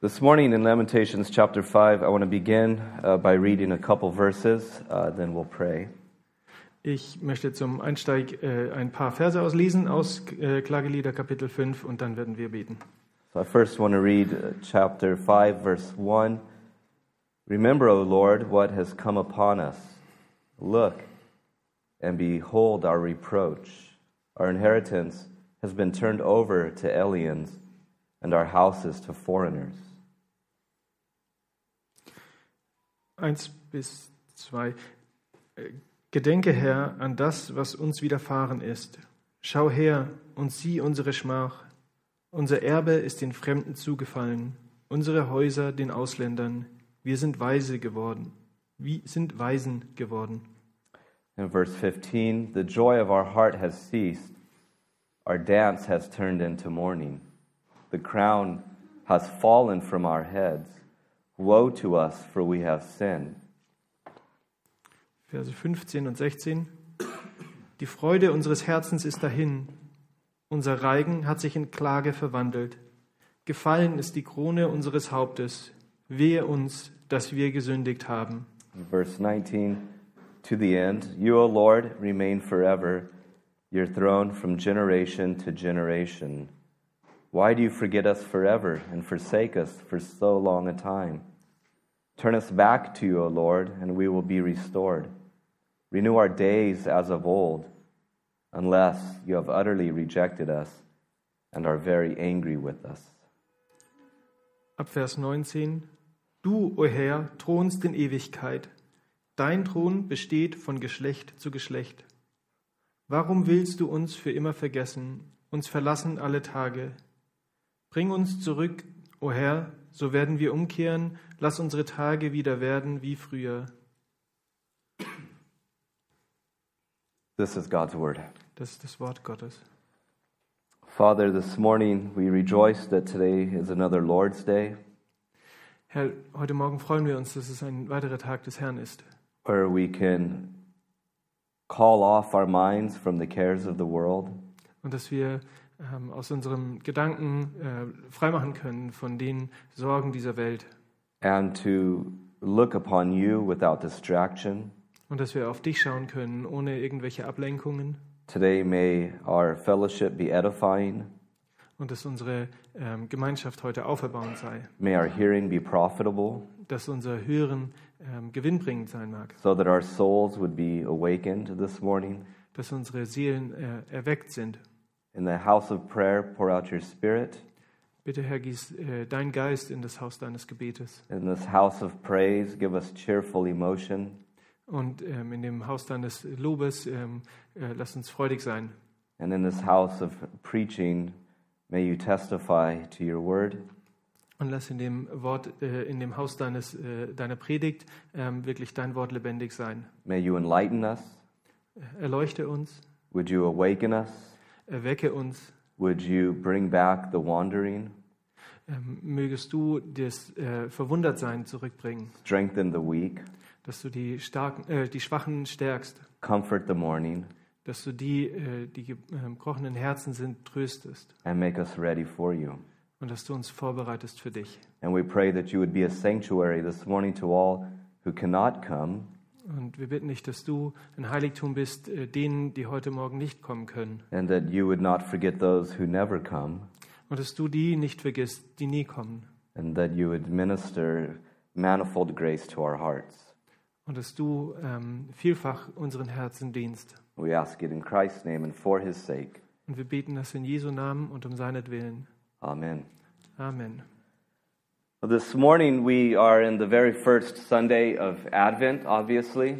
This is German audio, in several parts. This morning in Lamentations chapter 5, I want to begin uh, by reading a couple verses, uh, then we'll pray. Ich möchte zum Einsteig äh, ein paar Verse auslesen aus äh, Klagelieder Kapitel 5 und dann werden wir beten. So I first want to read uh, chapter 5, verse 1. Remember, O Lord, what has come upon us. Look and behold our reproach. Our inheritance has been turned over to aliens and our houses to foreigners. 1 bis 2. Gedenke, Herr, an das, was uns widerfahren ist. Schau her und sieh unsere Schmach. Unser Erbe ist den Fremden zugefallen, unsere Häuser den Ausländern. Wir sind weise geworden. Wir sind Waisen geworden. In verse 15, the joy of our heart has ceased. Our dance has turned into mourning. The crown has fallen from our heads. Woe to us, for we have sinned. Verse 15 und 16. Die Freude unseres Herzens ist dahin. Unser Reigen hat sich in Klage verwandelt. Gefallen ist die Krone unseres Hauptes. Wehe uns, dass wir gesündigt haben. Verse 19 to the end You, O Lord, remain forever, your throne from generation to generation. Why do you forget us forever and forsake us for so long a time? Turn us back to you, O Lord, and we will be restored. Renew our days as of old, unless you have utterly rejected us and are very angry with us. Ab Vers 19. Du, o Herr, thronst in Ewigkeit. Dein Thron besteht von Geschlecht zu Geschlecht. Warum willst du uns für immer vergessen, uns verlassen alle Tage? Bring uns zurück, o Herr, so werden wir umkehren, lass unsere Tage wieder werden wie früher. This is God's word. Das ist das Wort Gottes. Father, this morning we rejoice that today is another Lord's Day Herr, heute Morgen freuen wir uns, dass es ein weiterer Tag des Herrn ist, where we can call off our minds from the cares of the world und dass wir ähm, aus unserem Gedanken äh, freimachen können von den Sorgen dieser Welt and to look upon you without distraction. und dass wir auf dich schauen können, ohne irgendwelche Ablenkungen Today may our fellowship be edifying, und dass unsere ähm, Gemeinschaft heute auferbauend sei, may our hearing be profitable, dass unser Hören ähm, gewinnbringend sein mag, so that our souls would be awakened this morning. dass unsere Seelen äh, erweckt sind. In the house of prayer, pour out your spirit. Bitte, Herr, gieß äh, dein Geist in das Haus deines Gebetes In this house of praise, give us cheerful emotion. und ähm, in dem Haus deines Lobes ähm, äh, lass uns freudig sein. And in this house of preaching, may you testify to your word. Und lass in dem Wort, äh, in dem Haus deines, äh, deiner Predigt ähm, wirklich dein Wort lebendig sein. May you enlighten us. Erleuchte uns, Would you awaken us? erwecke uns. Would you bring back the wandering? Ähm, mögest du das äh, Verwundertsein zurückbringen, Strengthen the weak. dass du die, Starken, äh, die Schwachen stärkst, Comfort the mourning. dass du die, äh, die gebrochenen Herzen sind, tröstest and make us ready for you. und dass du uns vorbereitest für dich. And we pray that you would be a sanctuary this morning to all who cannot come, Und wir bitten dich, dass du ein Heiligtum bist äh, denen, die heute Morgen nicht kommen können. and that you would not forget those who never come, Und dass du die nicht vergisst, die nie kommen. and that you would minister manifold grace to our hearts. Und dass du ähm, vielfach unseren Herzen dienst. We ask it in Christ's name and for his sake. Und wir beten das in Jesu Namen und um seinetwillen. Amen. Amen. This morning we are in the very first Sunday of Advent, obviously,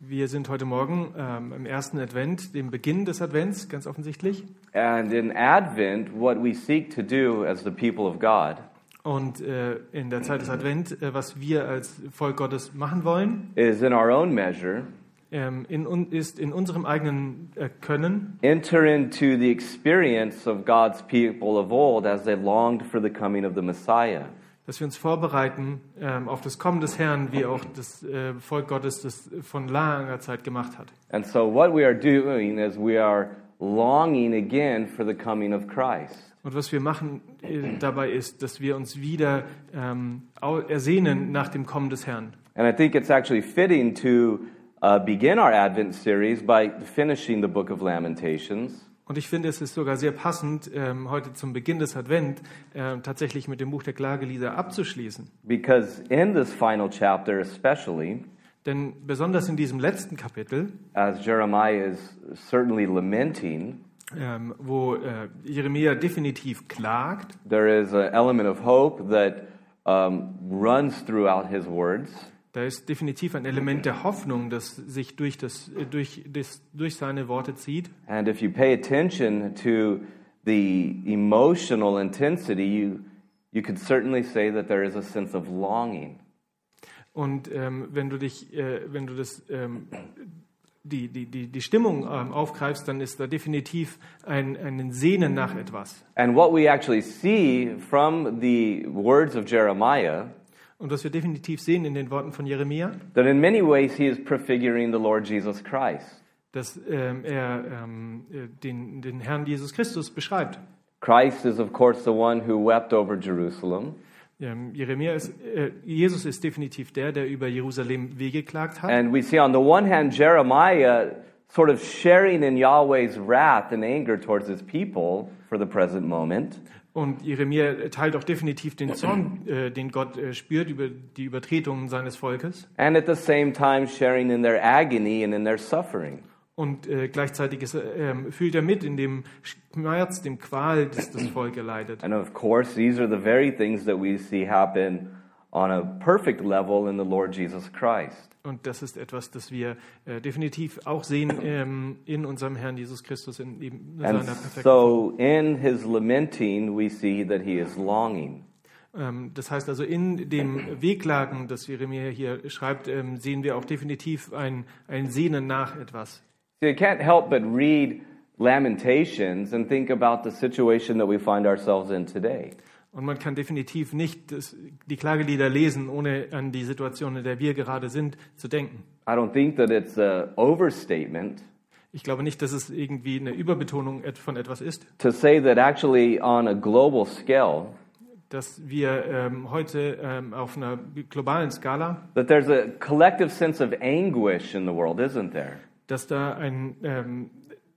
Wir sind heute Morgen ähm, im ersten Advent, dem Beginn des Advents, ganz offensichtlich. and in Advent, what we seek to do as the people of God Und äh, in der Zeit des Advent, äh, was wir als Volk Gottes machen wollen, is, in our own measure, ähm, in, un- ist in unserem eigenen äh, Können enter into the experience of God's people of old as they longed for the coming of the Messiah. dass wir uns vorbereiten ähm, auf das Kommen des Herrn, wie auch das äh, Volk Gottes das von langer Zeit gemacht hat. And so, what we are doing is we are longing again for the coming of Christ. Und was wir machen äh, dabei ist, dass wir uns wieder ähm, au- ersehnen nach dem Kommen des Herrn. And I think it's actually fitting to uh, begin our Advent series by finishing the book of Lamentations. Und ich finde, es ist sogar sehr passend, ähm, heute zum Beginn des Advent ähm, tatsächlich mit dem Buch der Klagelieder abzuschließen. Because in this final chapter, especially, Denn besonders in diesem letzten Kapitel, as Jeremiah is certainly lamenting, ähm, wo äh, Jeremia definitiv klagt, there is an element of hope that um, runs throughout his words. da ist definitiv ein Element der Hoffnung, das sich durch, das, äh, durch, das, durch seine Worte zieht. And if you pay attention to the emotional intensity, you, you could certainly say that there is a sense of longing. Und ähm, wenn du dich, äh, wenn du das, ähm, die, die, die, die Stimmung ähm, aufgreifst, dann ist da definitiv ein, ein Sehnen nach etwas. And what we actually see from the words of Jeremiah, Und was wir definitiv sehen in den Worten von Jeremia, that in many ways he is prefiguring the Lord Jesus Christ. dass ähm, er ähm, äh, den, den Herrn Jesus Christus beschreibt. Christ is, of course, the one who wept over Jerusalem. Ähm, Jeremia ist, äh, Jesus ist definitiv der, der über Jerusalem wehgeklagt hat. And we see on the one hand Jeremiah sort of sharing in Yahweh's wrath and anger towards his people for the present moment. Und Jeremia teilt auch definitiv den Zorn, äh, den Gott äh, spürt über die Übertretungen seines Volkes. and at the same time sharing in their agony and in their suffering. Und äh, gleichzeitig ist, er, ähm, fühlt er mit in dem Schmerz, dem Qual, das das Volk erleidet. And of course, these are the very things that we see happen on a perfect level in the Lord Jesus Christ. Und das ist etwas, das wir äh, definitiv auch sehen ähm, in unserem Herrn Jesus Christus, in eben And seiner perfekten. so, in his lamenting, we see that he is longing. Ähm, das heißt also, in dem Wehklagen, das Jeremia hier schreibt, ähm, sehen wir auch definitiv ein, ein Sehnen nach etwas. So, you can't help but read Lamentations and think about the situation that we find ourselves in today. Und man kann definitiv nicht das, die Klagelieder lesen, ohne an die Situation, in der wir gerade sind, zu denken. I don't think that it's an overstatement Ich glaube nicht, dass es irgendwie eine Überbetonung et- von etwas ist, to say that actually, on a global scale, dass wir ähm, heute ähm, auf einer globalen Skala, that there's a collective sense of anguish in the world, isn't there? dass da ein, ähm,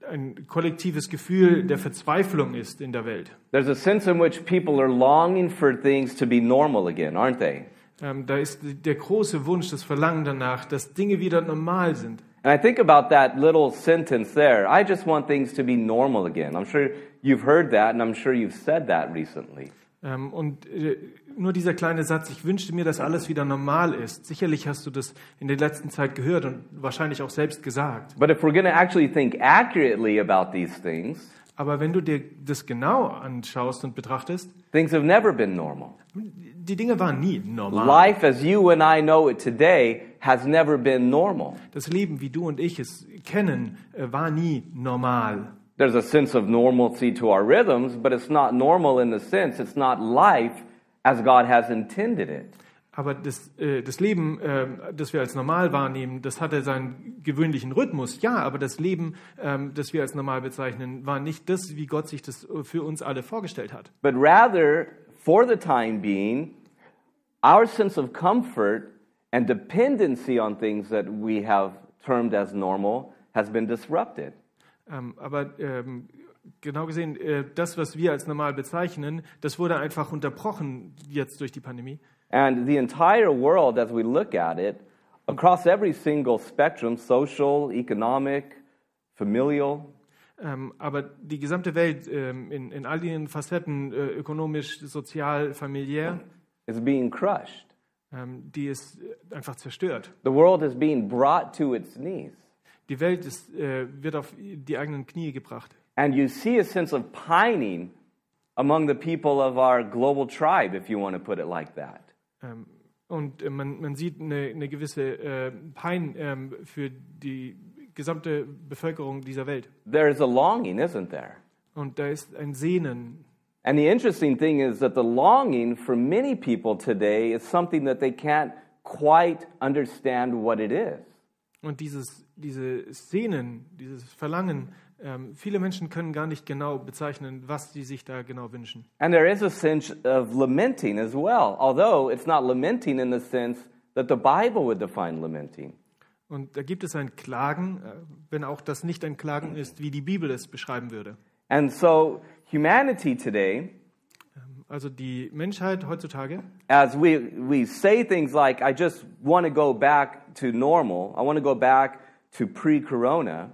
ein kollektives Gefühl der Verzweiflung ist in der Welt. There's a sense in which people are longing for things to be normal again, aren't they? Ähm, da ist der große Wunsch, das Verlangen danach, dass Dinge wieder normal sind. And I think about that little sentence there. I just want things to be normal again. I'm sure you've heard that, and I'm sure you've said that recently. Ähm, und äh, nur dieser kleine Satz, ich wünschte mir, dass alles wieder normal ist. Sicherlich hast du das in der letzten Zeit gehört und wahrscheinlich auch selbst gesagt. But if we're going to actually think accurately about these things, Aber wenn du dir das genau anschaust und betrachtest, things have never been normal. die Dinge waren nie normal. Life as you and I know it today has never been normal. Das Leben, wie du und ich es kennen, äh, war nie normal. There's a sense of normalcy to our rhythms, but it's not normal in the sense it's not life as God has intended it. Aber das, äh, das Leben, äh, das wir als normal wahrnehmen, das hatte seinen gewöhnlichen Rhythmus. Ja, aber das Leben, ähm, das wir als normal bezeichnen, war nicht das, wie Gott sich das äh, für uns alle vorgestellt hat. But rather, for the time being, our sense of comfort and dependency on things that we have termed as normal has been disrupted. Ähm, aber ähm, genau gesehen, äh, das, was wir als normal bezeichnen, das wurde einfach unterbrochen jetzt durch die Pandemie. And the entire world, as we look at it, across every single spectrum social, economic, familial Ähm, aber die gesamte Welt ähm, in, in all ihren Facetten, äh, ökonomisch, sozial, familiär, is being crushed. ähm, die ist äh, einfach zerstört. The world is being brought to its knees. Die Welt ist, äh, wird auf die eigenen Knie gebracht. And you see a sense of pining among the people of our global tribe, if you want to put it like that. Ähm, und äh, man, man sieht eine, eine gewisse äh, Pein ähm, für die gesamte Bevölkerung dieser Welt. There is a longing, isn't there? Und da ist ein Sehnen And the interesting thing is that the longing for many people today is something that they can't quite understand what it is. Und dieses, diese Szenen, dieses Verlangen, Ähm, viele Menschen können gar nicht genau bezeichnen, was sie sich da genau wünschen. And there is a sense of lamenting as well, although it's not lamenting in the sense that the Bible would define lamenting. Und da gibt es ein Klagen, äh, wenn auch das nicht ein Klagen ist, wie die Bibel es beschreiben würde. And so, humanity today, Also die Menschheit heutzutage, as we, we say things like, I just want to go back to normal, I want to go back to pre corona,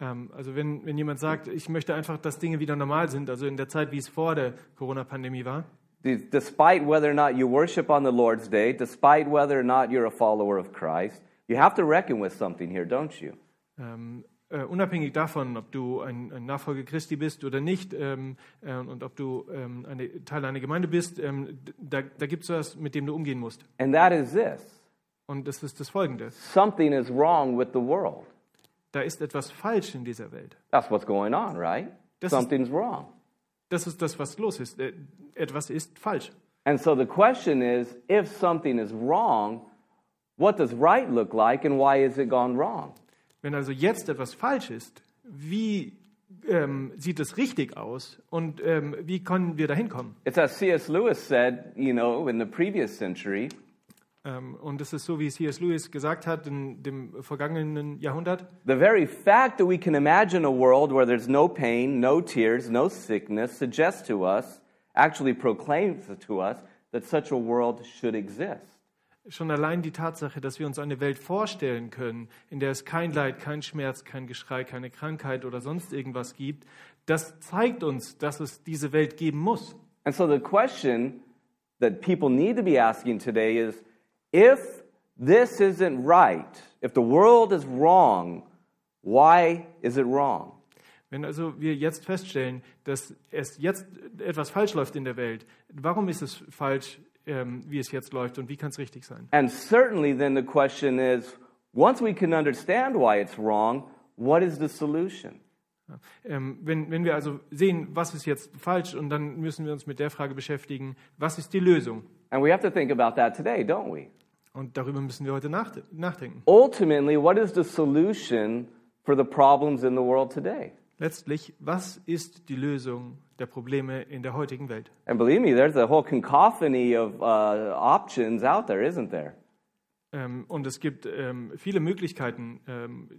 ähm, also wenn, wenn jemand sagt, ich möchte einfach, dass Dinge wieder normal sind, also in der Zeit, wie es vor der Corona-Pandemie war, despite whether or not you worship on the Lord's day, despite whether or not you're a follower of Christ, you have to reckon with something here, don't you? ähm, äh, unabhängig davon, ob du ein, ein Nachfolger Christi bist oder nicht ähm, äh, und ob du ähm, eine, Teil einer Gemeinde bist, ähm, d- da, da gibt es was, mit dem du umgehen musst. And that is this Und das ist das Folgende. something is wrong with the world. Da ist etwas falsch in dieser Welt. That's what's going on, right? This is- Something's wrong. Das ist das, was los ist. Äh, etwas ist falsch. And so the question is if something is wrong, what does right look like and why is it gone wrong? Wenn also jetzt etwas falsch ist, wie ähm, sieht es richtig aus und ähm, wie können wir da hinkommen? It's as C.S. Lewis said, you know, in the previous century, Ähm, und es ist so, wie C.S. Lewis gesagt hat in dem vergangenen Jahrhundert, the very fact that we can imagine a world where there's no pain, no tears, no sickness suggests to us, actually proclaims to us, that such a world should exist. schon allein die Tatsache, dass wir uns eine Welt vorstellen können, in der es kein Leid, kein Schmerz, kein Geschrei, keine Krankheit oder sonst irgendwas gibt, das zeigt uns, dass es diese Welt geben muss. And so the question that people need to be asking today is if this isn't right, if the world is wrong, why is it wrong? Wenn also wir jetzt feststellen, dass es jetzt etwas falsch läuft in der Welt, warum ist es falsch, ähm, wie es jetzt läuft und wie kann es richtig sein? And certainly then the question is once we can understand why it's wrong, what is the solution? Ja. Ähm, wenn, wenn wir also sehen, was ist jetzt falsch und dann müssen wir uns mit der Frage beschäftigen, was ist die Lösung? And we have to think about that today, don't we? Und darüber müssen wir heute nach, nachdenken. Ultimately, what is the solution for the problems in the world today? Letztlich, was ist die Lösung der Probleme in der heutigen Welt? And believe me, there's a whole cacophony of uh, options out there, isn't there? Ähm, und es gibt ähm, viele Möglichkeiten, ähm,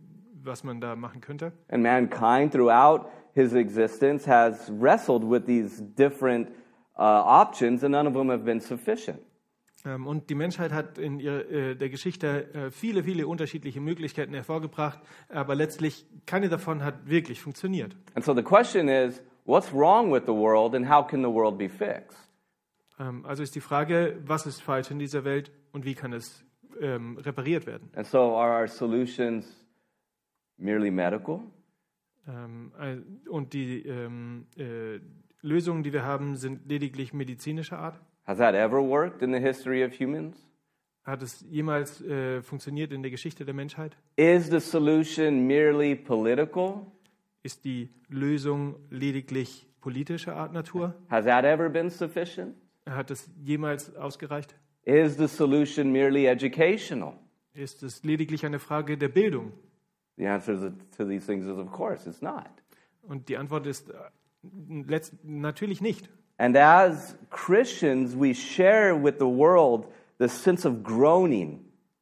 was man da machen könnte. And mankind throughout his existence has wrestled with these different uh, options, and none of them have been sufficient. Ähm, Und die Menschheit hat in ihr, äh, der Geschichte äh, viele, viele unterschiedliche Möglichkeiten hervorgebracht, aber letztlich keine davon hat wirklich funktioniert. And so the question is what's wrong with the world, and how can the world be fixed? Ähm, Also ist die Frage, was ist falsch in dieser Welt und wie kann es ähm, repariert werden? And so are our solutions merely medical? Ähm, äh, Und die ähm, äh, Lösungen, die wir haben, sind lediglich medizinischer Art. Has that ever worked in the history of humans? Hat es jemals äh, funktioniert in der Geschichte der Menschheit? Is the solution merely political? Ist die Lösung lediglich politischer Art Natur? Has that ever been sufficient? Hat es jemals ausgereicht? Is the solution merely educational? Ist es lediglich eine Frage der Bildung? The answer to these things is, of course, it's not. Und die Antwort ist äh, letzt, natürlich nicht. And as Christians, we share with the world the sense of groaning.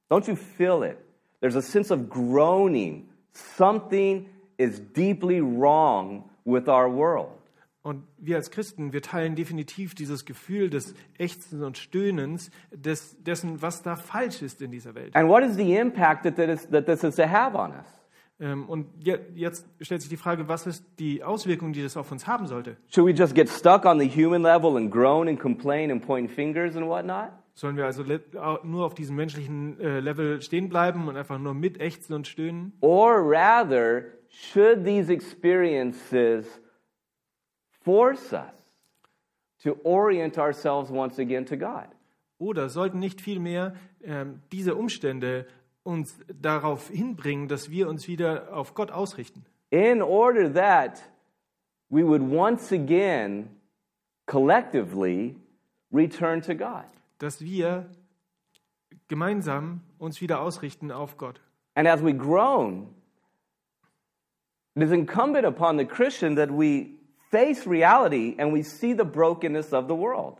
Don't you feel it? There's a sense of groaning. Something is deeply wrong with our world. Und wir als Christen, wir teilen definitiv dieses Gefühl des Ächzens und Stöhnens, des, dessen, was da falsch ist in dieser Welt. And what is the impact that this, that this is to have on us? Ähm, und je, jetzt stellt sich die Frage, was ist die Auswirkung, die das auf uns haben sollte? Should we just get stuck on the human level and groan and complain and point fingers and whatnot? Sollen wir also le- au- nur auf diesem menschlichen äh, Level stehen bleiben und einfach nur mit ächzen und stöhnen? Or rather, should these experiences force us to orient ourselves once again to God? Oder sollten nicht vielmehr ähm, diese Umstände uns darauf hinbringen, dass wir uns wieder auf Gott ausrichten? In order that we would once again collectively return to God. dass wir gemeinsam uns wieder ausrichten auf Gott. And as we groan, It is incumbent upon the Christian that we face reality and we see the brokenness of the world.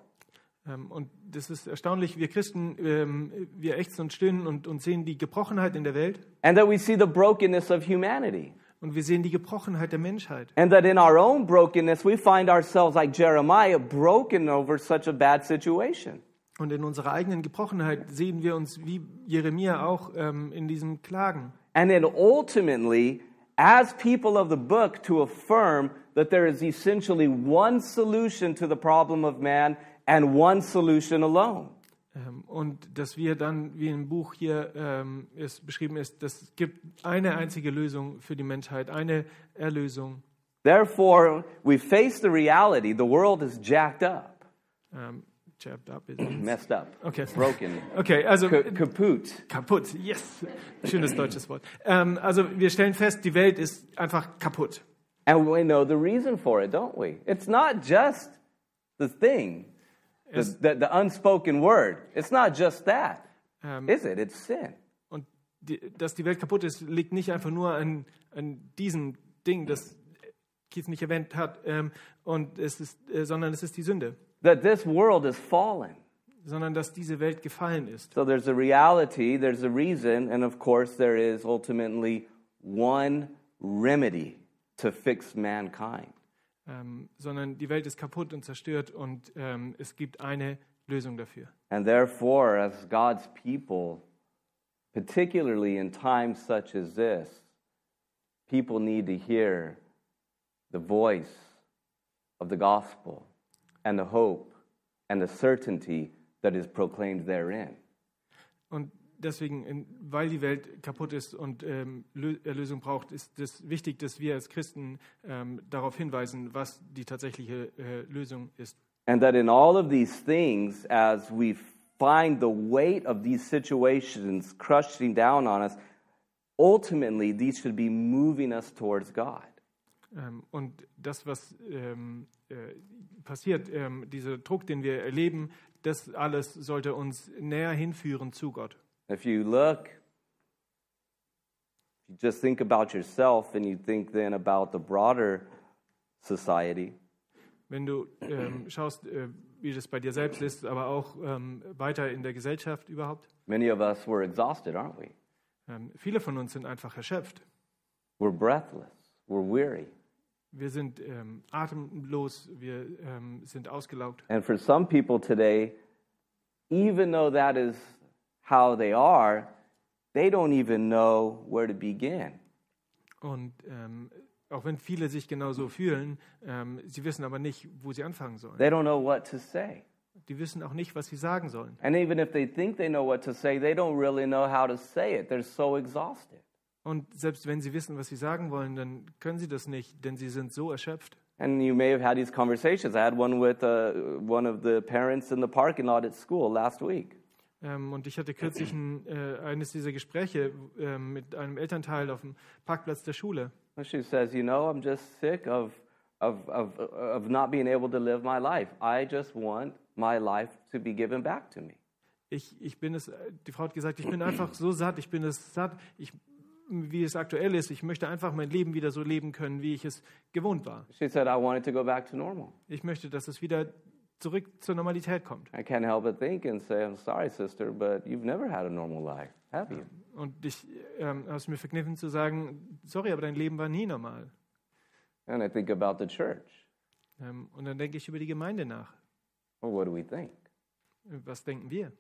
Ähm, und das ist erstaunlich, wir Christen, ähm, wir ächzen und stöhnen und, und sehen die Gebrochenheit in der Welt and that we see the brokenness of humanity. und wir sehen die Gebrochenheit der Menschheit. And that in our own brokenness, we find ourselves like Jeremiah, broken over such a bad situation. Und in unserer eigenen Gebrochenheit sehen wir uns wie Jeremia auch ähm, in diesem Klagen. And then ultimately, as people of the book, to affirm that there is essentially one solution to the problem of man and one solution alone. Ähm, und dass wir dann, wie im Buch hier ähm, es beschrieben ist, dass es gibt eine einzige Lösung für die Menschheit, eine Erlösung. Therefore, we face the reality the world is jacked up, Ähm, jabbed up is it? messed up, Okay. broken, Okay, also ka- kaput. kaputt. Yes, schönes deutsches Wort. Ähm, also wir stellen fest, die Welt ist einfach kaputt. And we know the reason for it, don't we? It's not just the thing, the, Es, the, the unspoken word. It's not just that, ähm, is it? It's sin. und die, dass die Welt kaputt ist, liegt nicht einfach nur an, an diesem Ding, das Keith nicht erwähnt hat, ähm, und es ist, äh, sondern es ist die Sünde, That this world is fallen. sondern dass diese Welt gefallen ist. So there's a reality, there's a reason, and of course, there is ultimately one remedy to fix mankind. ähm, sondern die Welt ist kaputt und zerstört und ähm, es gibt eine Lösung dafür. And therefore, as God's people, particularly in times such as this, people need to hear the voice of the gospel and the hope and the certainty that is proclaimed therein. Und deswegen, in- weil die Welt kaputt ist und ähm, Lö- Erlösung braucht, ist es wichtig, dass wir als Christen ähm, darauf hinweisen, was die tatsächliche äh, Lösung ist. And that in all of these things, as we find the weight of these situations crushing down on us, ultimately these should be moving us towards God. Ähm, und das, was ähm, äh, passiert, ähm, dieser Druck, den wir erleben, das alles sollte uns näher hinführen zu Gott. If you look, you just think about yourself and you think then about the broader society, Wenn du ähm, schaust, äh, wie das bei dir selbst ist, aber auch ähm, weiter in der Gesellschaft überhaupt, many of us were exhausted, aren't we? ähm, viele von uns sind einfach erschöpft. We're breathless, we're weary. Wir sind ähm, atemlos, wir ähm, sind ausgelaugt. And for some people today, even though that is how they are, they don't even know where to begin. Und ähm, auch wenn viele sich genauso fühlen, ähm, sie wissen aber nicht, wo sie anfangen sollen. They don't know what to say. Die wissen auch nicht, was sie sagen sollen. And even if they think they know what to say, they don't really know how to say it. They're so exhausted. Und selbst wenn sie wissen, was sie sagen wollen, dann können sie das nicht, denn sie sind so erschöpft. And you may have had these conversations. I had one with uh, one of the parents in the parking lot at school last week. Ähm, und ich hatte kürzlich ein, äh, eines dieser Gespräche ähm, mit einem Elternteil auf dem Parkplatz der Schule. And she says, You know, I'm just sick of, of, of, of not being able to live my life. I just want my life to be given back to me. Ich, ich bin es, die Frau hat gesagt, ich bin einfach so satt, ich bin es satt, ich, wie es aktuell ist. Ich möchte einfach mein Leben wieder so leben können, wie ich es gewohnt war. She said, I wanted to go back to normal. Ich möchte, dass es wieder zurück zur Normalität kommt. I can't help but think and say, I'm sorry, sister, but you've never had a normal life, have you? Und ich ähm, habe es mir verkniffen zu sagen, sorry, aber dein Leben war nie normal. And I think about the church. Ähm, und dann denke ich über die Gemeinde nach. Well, what do we think? Was denken wir?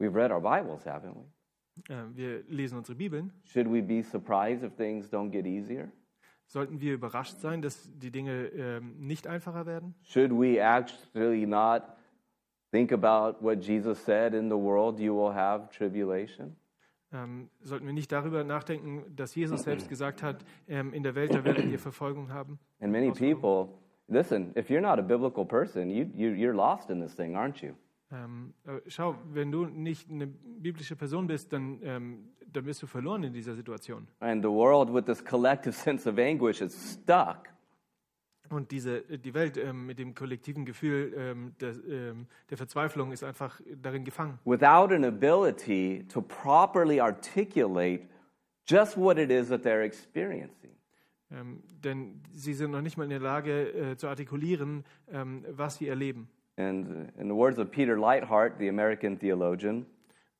We've read our Bibles, haven't we? Äh, wir lesen unsere Bibeln. Should we be surprised if things don't get easier? Sollten wir überrascht sein, dass die Dinge ähm, nicht einfacher werden? Should we actually not think about what Jesus said in the world you will have tribulation? Ähm, sollten wir nicht darüber nachdenken, dass Jesus selbst gesagt hat, ähm, in der Welt, da werdet ihr Verfolgung haben? And many Awesome. people, listen, if you're not a biblical person, you, you, you're lost in this thing, aren't you? Ähm, äh, schau, wenn du nicht eine biblische Person bist, dann, ähm, dann bist du verloren in dieser Situation. And the world, with this collective sense of anguish, is stuck. Und diese, die Welt ähm, mit dem kollektiven Gefühl ähm, der, ähm, der Verzweiflung ist einfach darin gefangen. without an ability to properly articulate just what it is that they're experiencing. Ähm, denn sie sind noch nicht mal in der Lage äh, zu artikulieren, ähm, was sie erleben. And uh, in the words of Peter Lighthart, the American theologian,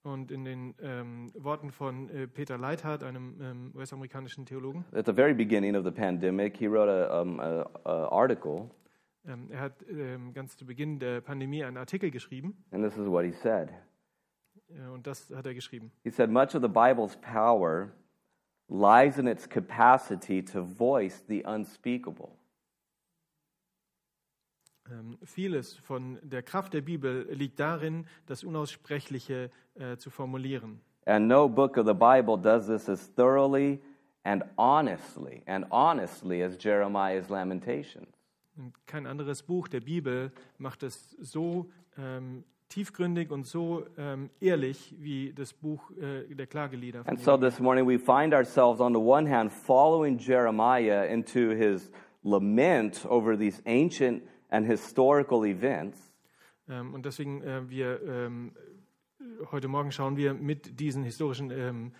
Und in den ähm, Worten von äh, Peter Leithardt, einem ähm, US-amerikanischen Theologen, at the very beginning of the pandemic, he wrote a, um, a, a article, ähm, er hat ähm, ganz zu Beginn der Pandemie einen Artikel geschrieben and this is what he said. äh, und das hat er geschrieben. He said, Much of the Bible's power lies in its capacity to voice the unspeakable. Ähm, vieles von der Kraft der Bibel liegt darin, das Unaussprechliche äh, zu formulieren. And no book of the Bible does this as thoroughly and honestly, and honestly as Jeremiah's Lamentations. Und kein anderes Buch der Bibel macht es so ähm, tiefgründig und so ähm, ehrlich wie das Buch äh, der Klagelieder. von And so this morning we find ourselves, on the one hand, following Jeremiah into his lament over these ancient and historical events. Ähm, und deswegen äh, wir ähm, heute Morgen schauen wir mit diesen historischen ähm,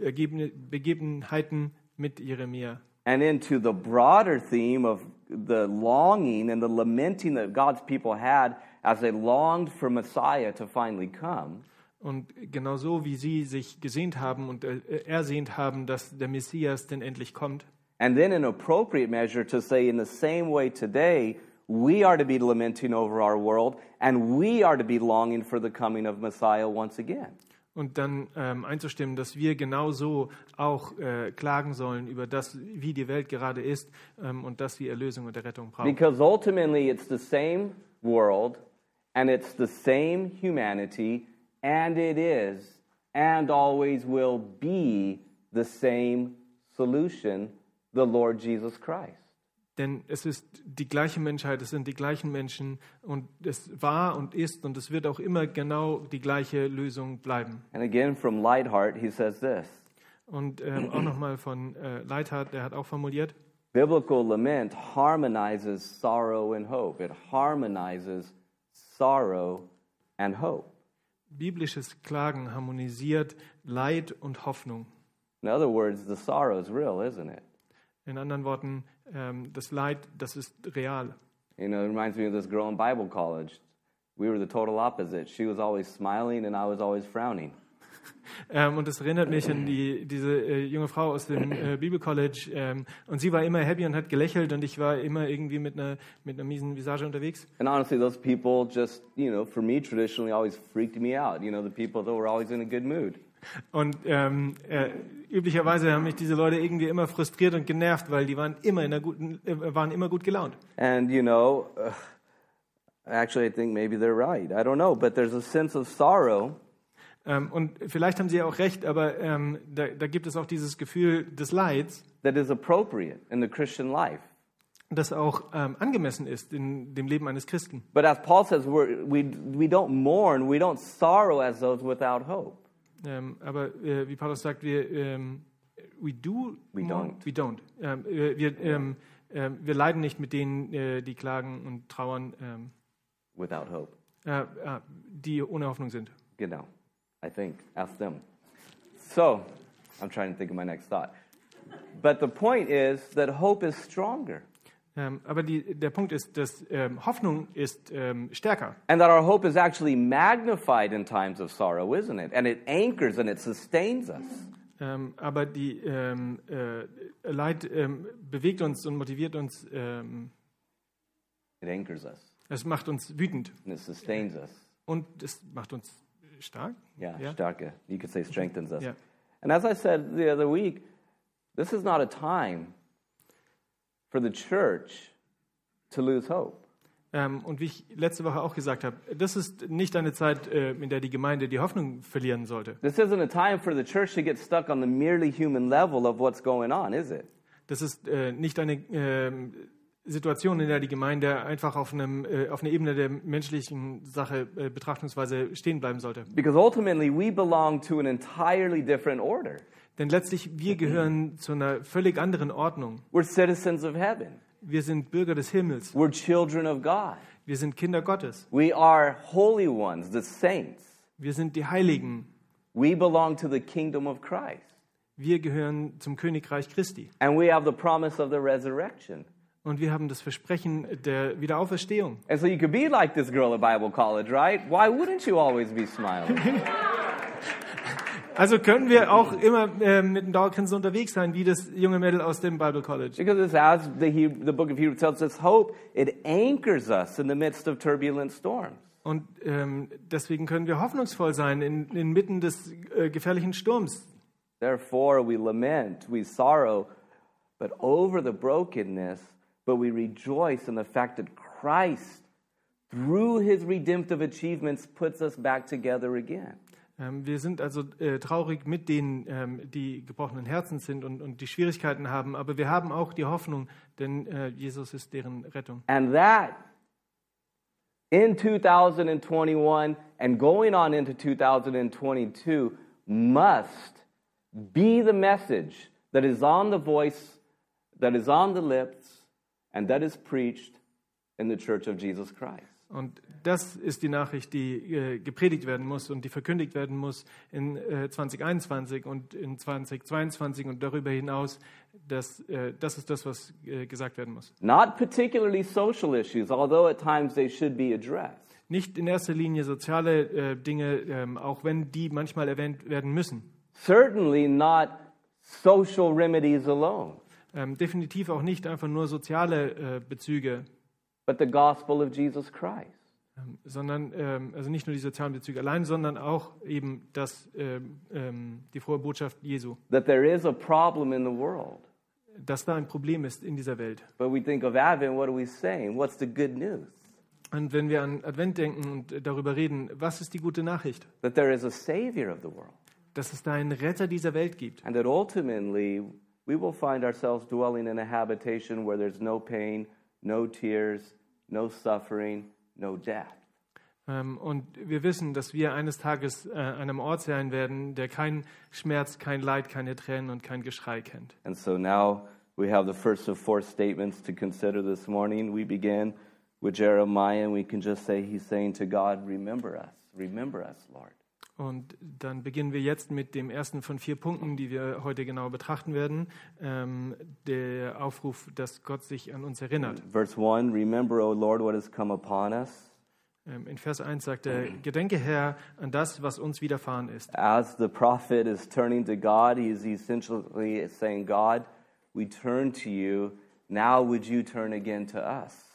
Ergebne, Begebenheiten mit Jeremia and into the broader theme of the longing and the lamenting that God's people had as they longed for Messiah to finally come. und genau so wie sie sich gesehnt haben und äh, ersehnt haben, dass der Messias denn endlich kommt. And then, in appropriate measure, to say, in the same way today, we are to be lamenting over our world and we are to be longing for the coming of Messiah once again. Und dann ähm, einzustimmen, dass wir genauso auch äh, klagen sollen über das, wie die Welt gerade ist ähm, und dass sie Erlösung und Errettung brauchen. Because ultimately, it's the same world and it's the same humanity, and it is and always will be the same solution the Lord Jesus Christ. Denn es ist die gleiche Menschheit, es sind die gleichen Menschen und es war und ist und es wird auch immer genau die gleiche Lösung bleiben. And again, from Lightheart, he says this Und ähm, auch nochmal von äh, Leithardt, der hat auch formuliert, Biblical lament harmonizes sorrow and hope, it harmonizes sorrow and hope. biblisches Klagen harmonisiert Leid und Hoffnung. In other words, the sorrow is real, isn't it? In anderen Worten, ähm, das Leid, das ist real. You know, it reminds me of this girl in Bible college. We were the total opposite. She was always smiling and I was always frowning. Ähm, und das erinnert mich an die, diese äh, junge Frau aus dem äh, Bibelcollege. Ähm, und sie war immer happy und hat gelächelt und ich war immer irgendwie mit einer, mit einer miesen Visage unterwegs. And honestly, those people just, you know, for me traditionally always freaked me out. You know, the people that were always in a good mood. Und ähm, äh, üblicherweise haben mich diese Leute irgendwie immer frustriert und genervt, weil die waren immer in der guten, äh, waren immer gut gelaunt. And, you know, ugh, actually, I think maybe they're right. I don't know. But there's a sense of sorrow Ähm, und vielleicht haben sie ja auch recht, aber ähm, da, da gibt es auch dieses Gefühl des Leids, that is appropriate in the Christian life. das auch ähm, angemessen ist in dem Leben eines Christen. But as Paul says, we're, we, we don't mourn, we don't sorrow as those without hope. Ähm, aber äh, wie Paulus sagt, wir ähm, we do We don't. we don't. Ähm, äh, wir, ähm, äh, wir leiden nicht mit denen, äh, die klagen und trauern, ähm, Without hope. äh, äh, die ohne Hoffnung sind. Genau. I think. Ask them. So, I'm trying to think of my next thought. But the point is that hope is stronger Ähm, aber die, der Punkt ist, dass ähm, Hoffnung ist ähm, stärker and that our hope is actually magnified in times of sorrow, isn't it? And it anchors and it sustains us. Ähm, aber die ähm, äh, Leid ähm, bewegt uns und motiviert uns. Ähm, It anchors us es macht uns wütend and it sustains us. und es macht uns stark. Yeah, Yeah. starke. You could say strengthens us. Yeah. And as I said the other week, this is not a time for the church to lose hope. Ähm, und wie ich letzte Woche auch gesagt habe, das ist nicht eine Zeit, äh, in der die Gemeinde die Hoffnung verlieren sollte. This isn't a time for the church to get stuck on the merely human level of what's going on, is it? Das ist äh, nicht eine ähm, Situation, in der die Gemeinde einfach auf, einem, äh, auf einer Ebene der menschlichen Sache äh, betrachtungsweise stehen bleiben sollte. Because ultimately, we belong to an entirely different order. Denn letztlich, wir gehören zu einer völlig anderen Ordnung. We're citizens of heaven, Wir sind Bürger des Himmels. we're children of God, Wir sind Kinder Gottes. we are holy ones, the saints. Wir sind die Heiligen. We belong to the kingdom of Christ. Wir gehören zum Königreich Christi. And we have the promise of the resurrection. Und wir haben das Versprechen der Wiederauferstehung. And so you could be like this girl at Bible college, right? Why wouldn't you always be smiling? Also können wir auch immer äh, mit einem Dauergrinsen unterwegs sein, wie das junge Mädel aus dem Bible College. because it's as the, Hebrew, the book of Hebrews tells us, hope, it anchors us in the midst of turbulent storms. Und ähm, deswegen können wir hoffnungsvoll sein in, inmitten des äh, gefährlichen Sturms. Therefore, we lament, we sorrow, but over the brokenness, but we rejoice in the fact that Christ, through his redemptive achievements, puts us back together again. Ähm, wir sind also äh, traurig mit denen, ähm, die gebrochenen Herzen sind und, und die Schwierigkeiten haben, aber wir haben auch die Hoffnung, denn äh, Jesus ist deren Rettung. And that in 2021 and going on into 2022 must be the message that is on the voice, that is on the lips, and that is preached in the church of Jesus Christ. Und das ist die Nachricht, die äh, gepredigt werden muss und die verkündigt werden muss in äh, 2021 und in 2022 und darüber hinaus. Das, äh, das ist das, was äh, gesagt werden muss. Not particularly social issues, although at times they should be addressed, Nicht in erster Linie soziale äh, Dinge, ähm, auch wenn die manchmal erwähnt werden müssen. certainly not social remedies alone, Ähm, definitiv auch nicht einfach nur soziale äh, Bezüge, but the gospel of Jesus Christ. ähm, sondern ähm, also nicht nur die sozialen Bezüge allein, sondern auch eben das, ähm, ähm, die frohe Botschaft Jesu, That there is a problem in the world. dass da ein Problem ist in dieser Welt. But we think of Advent, what are we saying? What's the good news? Und wenn wir an Advent denken und darüber reden, was ist die gute Nachricht? That there is a Savior of the world, Dass es da einen Retter dieser Welt gibt and that ultimately we will find ourselves dwelling in a habitation where there's no pain, no tears, no suffering, no death. Ähm, und wir wissen, dass wir eines Tages äh, an einem Ort sein werden, der keinen Schmerz, kein Leid, keine Tränen und kein Geschrei kennt. And so now we have the first of four statements to consider this morning. We begin with Jeremiah, and we can just say he's saying to God, Remember us, remember us, Lord. Und dann beginnen wir jetzt mit dem ersten von vier Punkten, die wir heute genau betrachten werden. Ähm, der Aufruf, dass Gott sich an uns erinnert. Verse 1 Remember, O Lord, what has come upon us. Ähm, in Vers 1 sagt er, Gedenke Herr an das, was uns widerfahren ist. As the prophet is turning to God, he is essentially saying, God, we turn to you. Now would you turn again to us?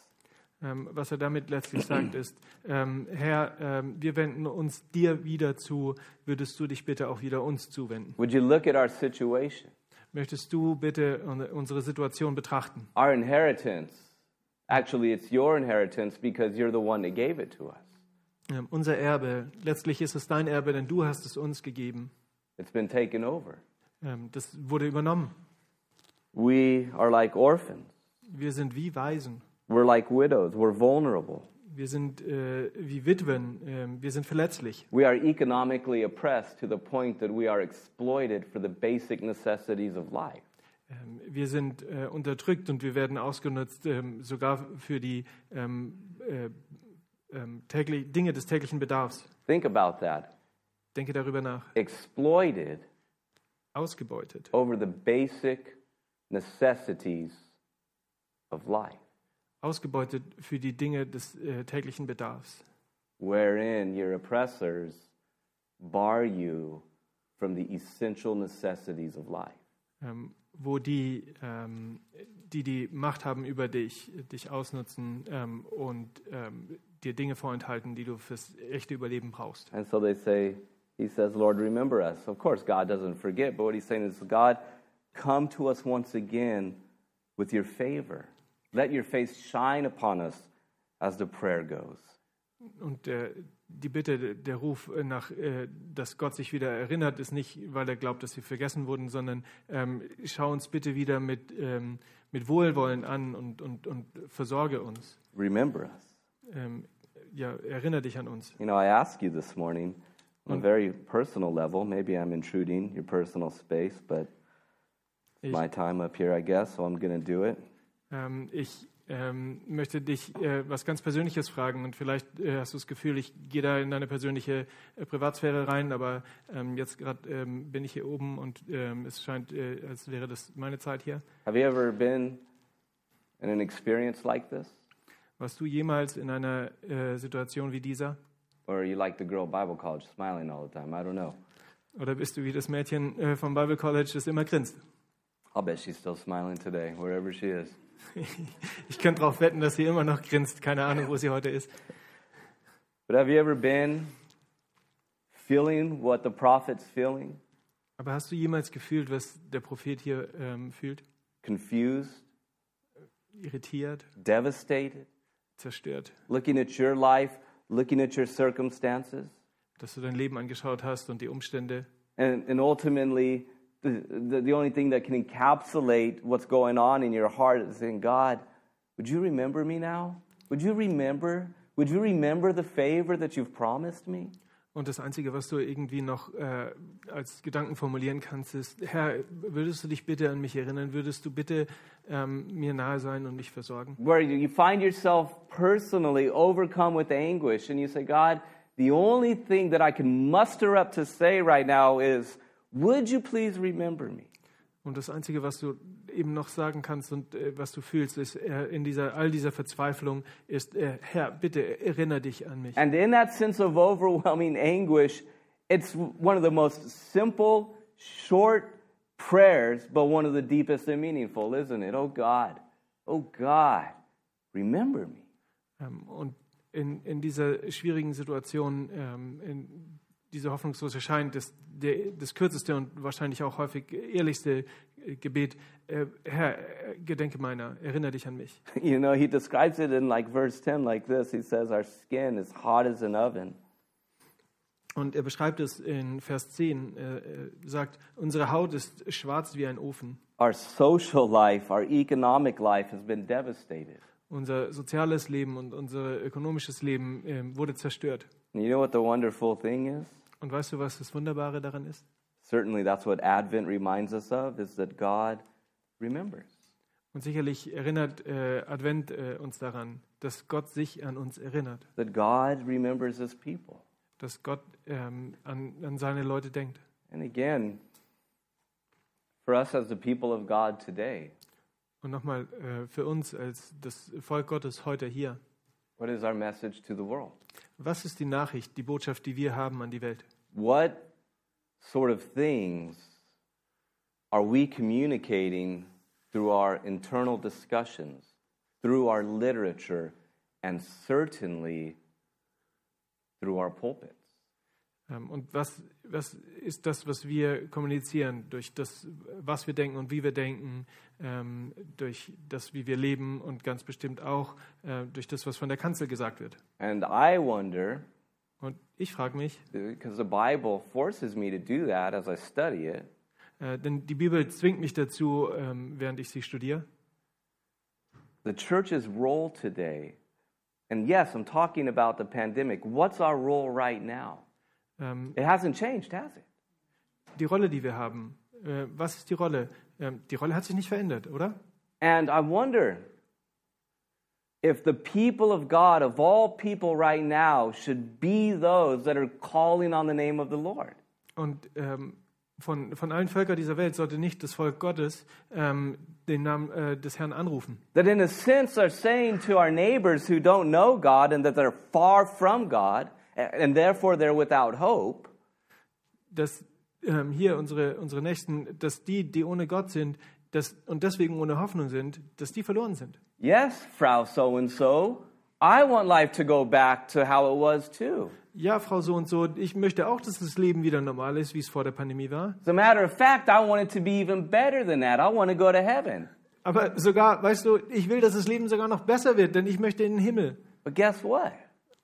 Ähm, was er damit letztlich sagt ist, ähm, Herr, ähm, wir wenden uns dir wieder zu, würdest du dich bitte auch wieder uns zuwenden? Would you look at our situation, Möchtest du bitte un- unsere Situation betrachten? our inheritance? Actually, it's your inheritance because you're the one that gave it to us. Ähm, unser Erbe, letztlich ist es dein Erbe, denn du hast es uns gegeben. It's been taken over. Ähm, das wurde übernommen. We are like orphans. Wir sind wie Waisen. We're like widows. We're vulnerable. Wir sind äh, wie Witwen. Ähm, wir sind verletzlich. We are economically oppressed to the point that we are exploited for the basic necessities of life. Ähm, wir sind äh, unterdrückt und wir werden ausgenutzt, ähm, sogar für die ähm, äh, ähm, täglich, Dinge des täglichen Bedarfs. Think about that. Denke darüber nach. Exploited Ausgebeutet over the basic necessities of life, ausgebeutet für die Dinge des äh, täglichen Bedarfs, wherein your oppressors bar you from the essential necessities of life. ähm, wo die, ähm, die die Macht haben über dich, dich ausnutzen ähm, und ähm, dir Dinge vorenthalten, die du fürs echte Überleben brauchst. And so they say, He says, Lord, remember us. Of course, God doesn't forget, but what He's saying is, God, come to us once again with your favor. Let your face shine upon us as the prayer goes. Und der, die Bitte, der- der Ruf nach, äh, dass Gott sich wieder erinnert, ist nicht, weil er glaubt, dass wir vergessen wurden, sondern ähm, schau uns bitte wieder mit, ähm, mit Wohlwollen an und, und, und versorge uns. Remember us. Ähm, ja, erinnere dich an uns. You know, I ask you this morning on a very personal level, maybe I'm intruding your personal space, but it's Ich- my time up here, I guess, so I'm going to do it. Ähm, ich ähm, möchte dich äh, was ganz Persönliches fragen und vielleicht äh, hast du das Gefühl, ich gehe da in deine persönliche äh, Privatsphäre rein, aber ähm, jetzt gerade ähm, bin ich hier oben und ähm, es scheint, äh, als wäre das meine Zeit hier. Have you ever been in an experience like this? Warst du jemals in einer äh, Situation wie dieser? Or are you like the girl at Bible college smiling all the time? I don't know. Oder bist du wie das Mädchen äh, vom Bible College, das immer grinst? I'll bet she's still smiling today, wherever she is. Ich könnte darauf wetten, dass sie immer noch grinst. Keine Ahnung, wo sie heute ist. But have you ever been feeling what the prophet's feeling? Aber hast du jemals gefühlt, was der Prophet hier ähm, fühlt? Confused, Irritiert, devastated, zerstört? looking at your life, looking at your circumstances, Dass du dein Leben angeschaut hast und die Umstände. and, and ultimately, the, the, the only thing that can encapsulate what's going on in your heart is saying, God, would you remember me now? Would you remember? Would you remember the favor that you've promised me? Und das Einzige, was du irgendwie noch äh, als Gedanken formulieren kannst, ist, Herr, würdest du dich bitte an mich erinnern? Würdest du bitte ähm, mir nahe sein und mich versorgen? where you you find yourself personally overcome with anguish and you say, God, the only thing that I can muster up to say right now is, would you please remember me? Und das Einzige, was du eben noch sagen kannst und äh, was du fühlst, ist äh, in dieser, all dieser Verzweiflung, ist, äh, Herr, bitte erinnere dich an mich. And in that sense of overwhelming anguish, it's one of the most simple, short prayers, but one of the deepest and meaningful, isn't it? Oh God, oh God, remember me. Ähm, und in, in dieser schwierigen Situation, ähm, in diese hoffnungslos erscheint, das, der, das kürzeste und wahrscheinlich auch häufig ehrlichste äh, Gebet, äh, Herr, äh, gedenke meiner, erinnere dich an mich. You know, he describes it in like verse 10 like this. He says, Our skin is hot as an oven. Und er beschreibt es in Vers 10, äh, äh, sagt, unsere Haut ist schwarz wie ein Ofen. Our social life, our economic life has been devastated. Unser soziales Leben und unser ökonomisches Leben ähm, wurde zerstört. And you know what the wonderful thing is? Und weißt du, was das Wunderbare daran ist? Certainly, that's what Advent reminds us of, is that God remembers. Und sicherlich erinnert äh, Advent äh, uns daran, dass Gott sich an uns erinnert. That God remembers his people. dass Gott ähm, an, an seine Leute denkt. And again, for us as the people of God today, Und nochmal äh, für uns als das Volk Gottes heute hier. what is our message to the world? Was ist die Nachricht, die Botschaft, die wir haben an die Welt? What sort of things are we communicating through our internal discussions, through our literature, and certainly through our pulpits? Ähm, und was, was ist das, was wir kommunizieren durch das, was wir denken und wie wir denken, ähm, durch das, wie wir leben und ganz bestimmt auch äh, durch das, was von der Kanzel gesagt wird? And I wonder, Und ich frage mich, because the Bible forces me to do that as I study it, äh, denn die Bibel zwingt mich dazu, ähm, während ich sie studiere, the church's role today, and yes, I'm talking about the pandemic, what's our role right now? ähm, It hasn't changed, has it? die Rolle, die wir haben. Äh, was ist die Rolle? Ähm, die Rolle hat sich nicht verändert, oder? And I wonder if the people of God, of all people right now, should be those that are calling on the name of the Lord. Und ähm, von, von allen Völkern dieser Welt sollte nicht das Volk Gottes ähm, den Namen äh, des Herrn anrufen. That, in a sense, are saying to our neighbors who don't know God and that they're far from God a- and therefore they're without hope, Dass ähm, hier unsere, unsere Nächsten, dass die, die ohne Gott sind dass, und deswegen ohne Hoffnung sind, dass die verloren sind. yes, Frau so and so, I want life to go back to how it was too. Ja, Frau so und so, ich möchte auch, dass das Leben wieder normal ist, wie es vor der Pandemie war. As a matter of fact, I want it to be even better than that. I want to go to heaven. Aber sogar, weißt du, ich will, dass das Leben sogar noch besser wird, denn ich möchte in den Himmel. But guess what?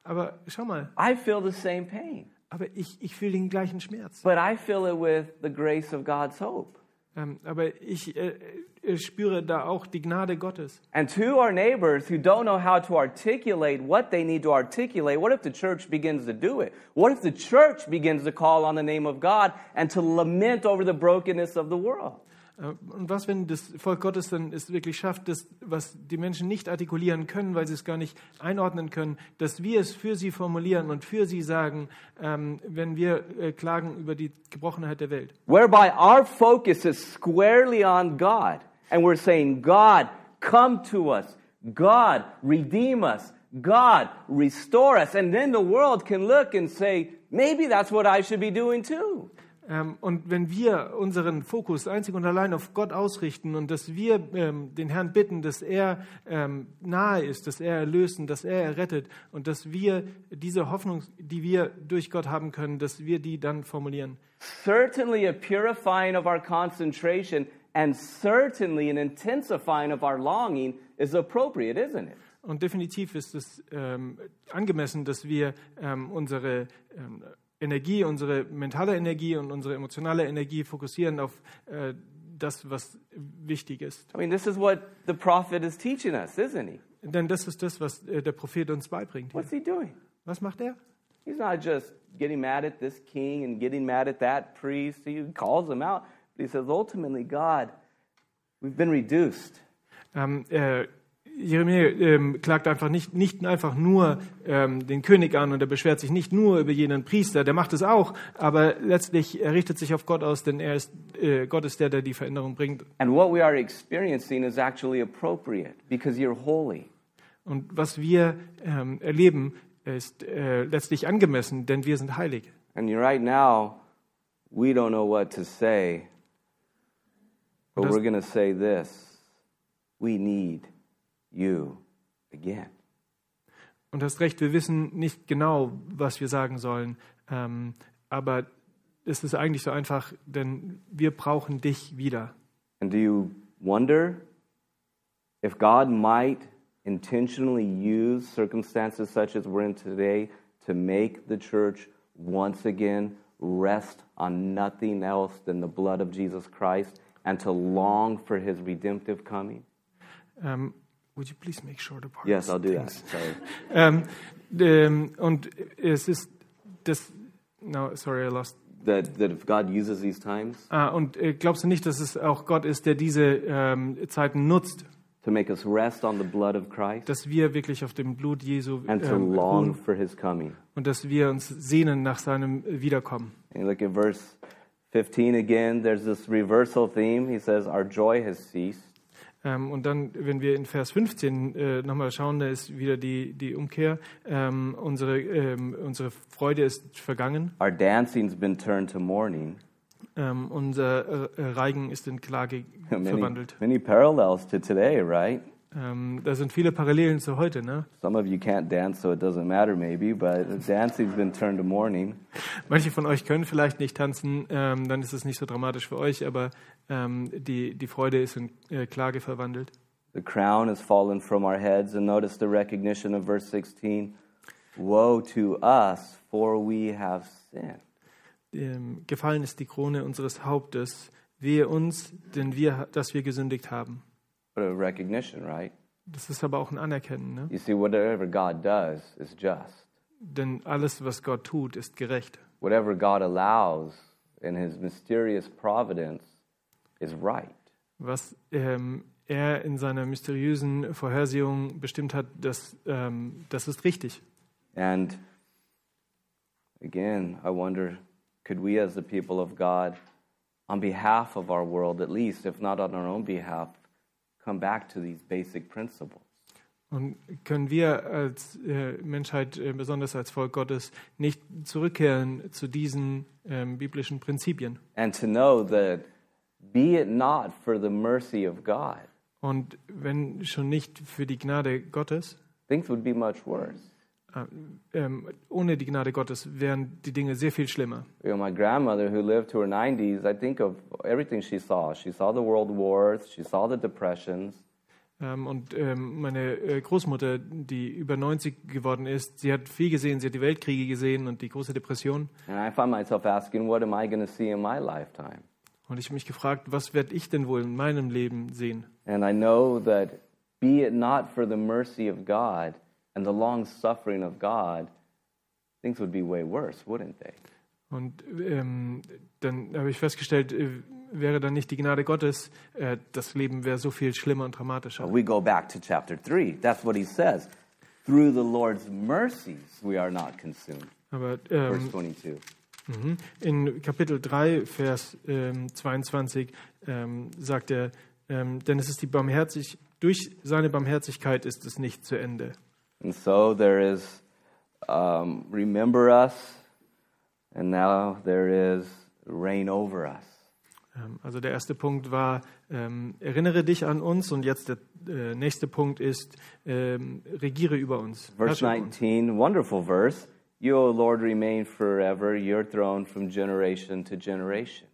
Aber schau mal, I feel the same pain. aber ich, ich fühle den gleichen Schmerz. But I feel it with the grace of God's hope. Ähm, aber ich äh, äh, spüre da auch die Gnade Gottes. And to our neighbors who don't know how to articulate what they need to articulate, what if the church begins to do it? What if the church begins to call on the name of God and to lament over the brokenness of the world? Äh, Und was, wenn das Volk Gottes dann es wirklich schafft, das, was die Menschen nicht artikulieren können, weil sie es gar nicht einordnen können, dass wir es für sie formulieren und für sie sagen, ähm, wenn wir äh, klagen über die Gebrochenheit der Welt. whereby our focus is squarely on God. And we're saying, God, come to us. God, redeem us. God, restore us. And then the world can look and say, maybe that's what I should be doing too. Ähm, und wenn wir unseren Fokus einzig und allein auf Gott ausrichten und dass wir ähm, den Herrn bitten, dass er ähm, nahe ist, dass er erlöst und dass er errettet und dass wir diese Hoffnung, die wir durch Gott haben können, dass wir die dann formulieren. Certainly a purifying of our concentration and certainly an intensifying of our longing is appropriate, isn't it? Und definitiv ist es ähm, angemessen, dass wir ähm, unsere ähm, Energie, unsere mentale Energie und unsere emotionale Energie fokussieren auf äh, das, was wichtig ist. I mean, this is what the prophet is teaching us, isn't he? Denn das ist das, was äh, der Prophet uns beibringt. Hier. What's he doing? Was macht er? He's not just getting mad at this king and getting mad at that priest. He calls them out. But he says, ultimately, God, we've been reduced. Ähm, äh, Jeremia ähm, klagt einfach nicht, nicht einfach nur ähm, den König an und er beschwert sich nicht nur über jenen Priester, der macht es auch, aber letztlich er richtet sich auf Gott aus, denn er ist, äh, Gott ist der, der die Veränderung bringt. And what we are experiencing is actually appropriate because you're holy. Und was wir ähm, erleben, ist äh, letztlich angemessen, denn wir sind heilig. And you- right now, we don't know what to say. But Does- we're going to say this we need you again. Und hast recht, wir wissen nicht genau, was wir sagen sollen, ähm, aber es ist eigentlich so einfach, denn wir brauchen dich wieder. And do you wonder if God might intentionally use circumstances such as we're in today to make the church once again rest on nothing else than the blood of Jesus Christ and to long for his redemptive coming? Ähm, would you please make sure the part Yes, I'll do that. Thanks. Sorry. Ähm, ähm, und es ist das. No, sorry, I lost. That, that if God uses these times Ah, und äh, glaubst du nicht, dass es auch Gott ist, der diese ähm, Zeiten nutzt, to make us rest on the blood of Christ dass wir wirklich auf dem Blut Jesu and to ähm, long ruhen for his coming? und dass wir uns sehnen nach seinem äh, Wiederkommen. And you look at verse 15 again, there's this reversal theme. He says, Our joy has ceased. Ähm, und dann, wenn wir in Vers 15 äh, nochmal schauen, da ist wieder die, die Umkehr. Ähm, unsere, ähm, unsere Freude ist vergangen, Our dancing's been turned to mourning. ähm, unser äh, Reigen ist in Klage Many, verwandelt. many parallels to today, right? Ähm, da sind viele Parallelen zu heute, ne? Some of you can't dance, so it doesn't matter, maybe, but dancing's been turned to mourning. Manche von euch können vielleicht nicht tanzen, ähm, dann ist es nicht so dramatisch für euch, aber ähm, die, die Freude ist in äh, Klage verwandelt. The crown has fallen from our heads, and notice the recognition of verse 16 Woe to us, for we have sinned. Ähm, gefallen ist die Krone unseres Hauptes. Wehe uns, denn wir, dass wir gesündigt haben. What a recognition, right? Das ist aber auch ein Anerkennen, ne? You see, whatever God does is just. Denn alles, was Gott tut, ist gerecht. Whatever God allows in his mysterious providence is right. Was ähm, er in seiner mysteriösen Vorhersehung bestimmt hat, das, ähm, das ist richtig. And again, I wonder could we, as the people of God, on behalf of our world at least, if not on our own behalf, come back to these basic principles? Und können wir als äh, Menschheit, äh, besonders als Volk Gottes, nicht zurückkehren zu diesen ähm, biblischen Prinzipien And to know that be it not for the mercy of God, und wenn schon nicht für die Gnade Gottes, things would be much worse. äh, ähm, ohne die Gnade Gottes wären die Dinge sehr viel schlimmer. You know, my grandmother, who lived to her 90s, I think of everything she saw. She saw the world wars, she saw the depressions, Ähm, und ähm, meine äh, Großmutter, die über 90 geworden ist, sie hat viel gesehen, sie hat die Weltkriege gesehen und die große Depression. and I find myself asking, what am I going to see in my lifetime? Und ich habe mich gefragt, was werde ich denn wohl in meinem Leben sehen? And I know that be it not for the mercy of God and the long suffering of God, things would be way worse, wouldn't they? Und ähm, dann habe ich festgestellt, äh, wäre dann nicht die Gnade Gottes, äh, das Leben wäre so viel schlimmer und dramatischer. We go back to chapter 3. That's what he says. Through the Lord's mercies, we are not consumed. Aber Verse ähm, mhm. 22. in Kapitel 3, Vers ähm, 22 ähm, sagt er, ähm, denn es ist die Barmherzig, durch seine Barmherzigkeit ist es nicht zu Ende. And so there is um, remember us, and now there is reign over us. Ähm, Also der erste Punkt war, ähm, erinnere dich an uns und jetzt der äh, nächste Punkt ist, ähm, regiere über uns. Verse herrsche über uns. 19, wonderful verse. You, O Lord, remain forever, your throne from generation to generation.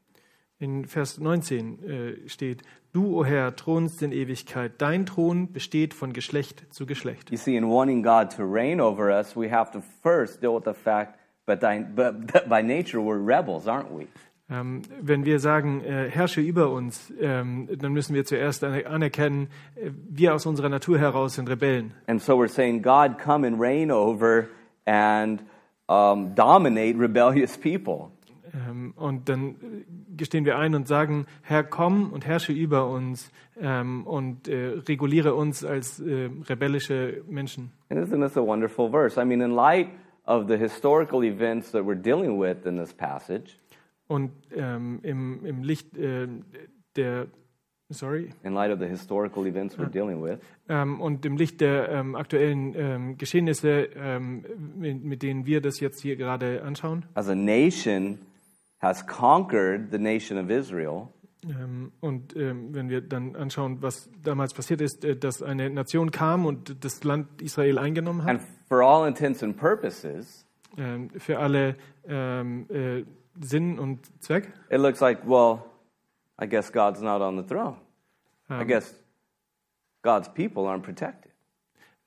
In Vers 19 äh, steht, du, o Herr, thronst in Ewigkeit, dein Thron besteht von Geschlecht zu Geschlecht. You see, in wanting God to reign over us, we have to first deal with the fact but thy- but, but by nature we're rebels, aren't we? Ähm, wenn wir sagen, äh, herrsche über uns, ähm, dann müssen wir zuerst an- anerkennen, äh, wir aus unserer Natur heraus sind Rebellen. And so we're saying, God, come and reign over and um, dominate rebellious people. Ähm, und dann äh, gestehen wir ein und sagen, Herr, komm und herrsche über uns ähm, und äh, reguliere uns als äh, rebellische Menschen. And isn't this a wonderful verse? I mean, in light of the historical events that we're dealing with in this passage, Und ähm, im, im Licht äh, der, sorry, in light of the historical events we're dealing with, ähm, und im Licht der ähm, aktuellen ähm, Geschehnisse, ähm, mit, mit denen wir das jetzt hier gerade anschauen, as a nation has conquered the nation of Israel, ähm, und ähm, wenn wir dann anschauen, was damals passiert ist, äh, dass eine Nation kam und das Land Israel eingenommen hat. and for all intents and purposes, ähm, für alle ähm, äh, Sinn und Zweck. it looks like, well, I guess God's not on the throne. I guess God's people aren't protected.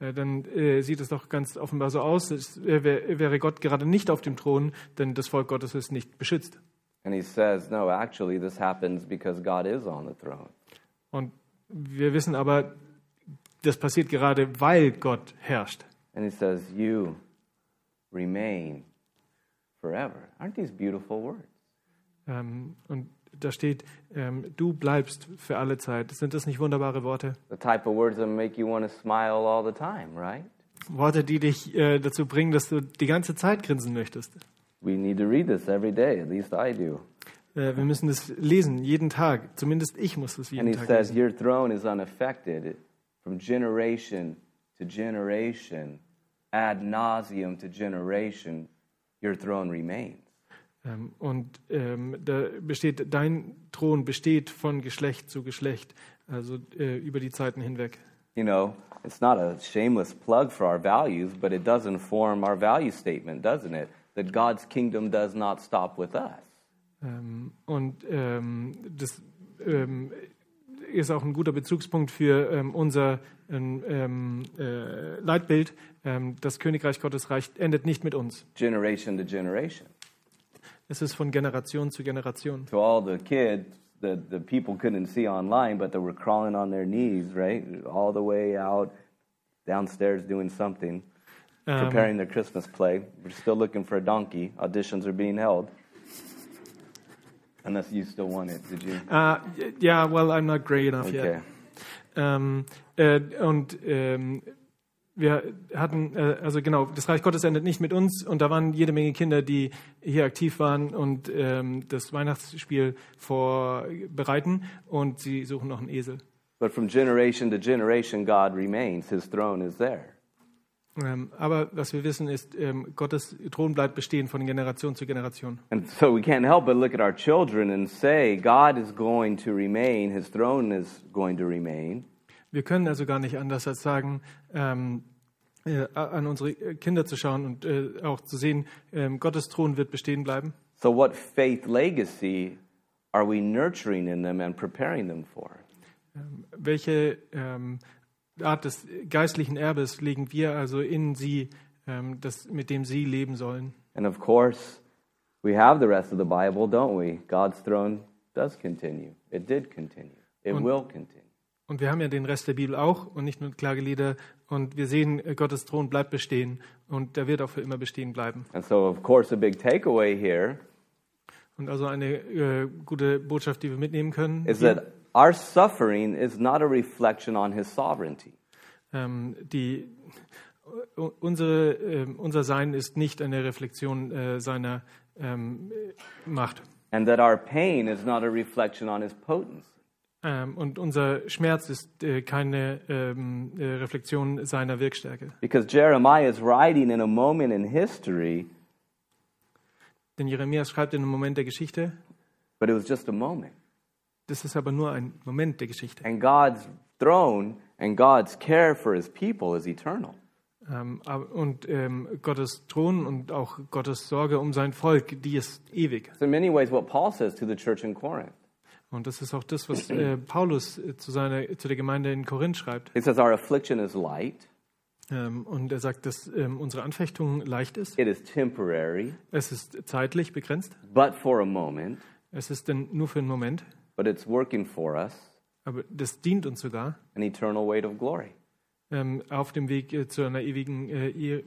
Äh, dann äh, sieht es doch ganz offenbar so aus, es äh, wär, wäre Gott gerade nicht auf dem Thron, denn das Volk Gottes ist nicht beschützt. And he says, no, actually, this happens because God is on the throne. Und wir wissen aber, das passiert gerade, weil Gott herrscht. And he says, You remain forever. Aren't these beautiful words? Ähm, und da steht, ähm, du bleibst für alle Zeit. Sind das nicht wunderbare Worte? The type of words that make you want to smile all the time, right? Worte, die dich äh, dazu bringen, dass du die ganze Zeit grinsen möchtest. We need to read this every day, at least I do. Äh, wir müssen es lesen, jeden Tag. Zumindest ich muss es And jeden he Tag says, lesen. Your throne is unaffected from generation to generation, ad nauseum to generation, your throne remains. Ähm, und ähm, da besteht, dein Thron besteht von Geschlecht zu Geschlecht, also äh, über die Zeiten hinweg. You know, it's not a shameless plug for our values, but it does inform our value statement, doesn't it? That God's kingdom does not stop with us. Ähm, und ähm, das ähm, ist auch ein guter Bezugspunkt für ähm, unser ähm, ähm, äh, Leitbild. Ähm, das Königreich Gottes reicht, endet nicht mit uns. generation to generation. Es ist von Generation zu Generation. To all the kids that the people couldn't see online, but they were crawling on their knees, right? All the way out downstairs doing something, preparing their Christmas play. We're still looking for a donkey. Auditions are being held. Unless you still want it, did you? Ah, yeah, well, I'm not great enough yet. Okay. Ähm, äh, und ähm, wir hatten, äh, also genau, das Reich Gottes endet nicht mit uns und da waren jede Menge Kinder, die hier aktiv waren und ähm, das Weihnachtsspiel vorbereiten und sie suchen noch einen Esel. But from generation to generation, God remains. His throne is there. Ähm, aber was wir wissen ist, ähm, Gottes Thron bleibt bestehen von Generation zu Generation. And so we can't help but look at our children and say, God is going to remain. His throne is going to remain. Wir können also gar nicht anders als sagen, ähm, äh, an unsere Kinder zu schauen und äh, auch zu sehen, ähm, Gottes Thron wird bestehen bleiben. So, what faith legacy are we nurturing in them and preparing them for? Welche ähm, Art des geistlichen Erbes legen wir also in sie, ähm, das, mit dem sie leben sollen? And of course, we have the rest of the Bible, don't we? God's throne does continue. It did continue. It will continue. Und wir haben ja den Rest der Bibel auch und nicht nur Klagelieder. Und wir sehen, äh, Gottes Thron bleibt bestehen und der wird auch für immer bestehen bleiben. And so, of course, a big takeaway here Und also eine äh, gute Botschaft, die wir mitnehmen können, is that our suffering is not a reflection on his sovereignty. ähm, die u- unsere, ähm, unser Sein ist nicht eine Reflexion äh, seiner ähm, äh, Macht. and that our pain is not a reflection on his potency. Ähm, und unser Schmerz ist äh, keine ähm, äh, Reflexion seiner Wirkstärke. Because Jeremiah is writing in a moment in history, Denn Jeremia schreibt in einem Moment der Geschichte, but it was just a moment. das ist aber nur ein Moment der Geschichte. And God's throne and God's care for his people is eternal. Ähm, ab- und ähm, Gottes Thron und auch Gottes Sorge um sein Volk, die ist ewig. So, in many ways, what Paul says to the church in Corinth, Und das ist auch das, was äh, Paulus äh, zu, seiner, zu der Gemeinde in Korinth schreibt. he says, Our affliction is light, Ähm, und er sagt, dass ähm, unsere Anfechtung leicht ist. it is temporary, Es ist zeitlich begrenzt. but for a moment, Es ist denn nur für einen Moment. but it's working for us Aber das dient uns sogar an eternal weight of glory. ähm, auf dem Weg äh, zu einer ewigen äh, Ir-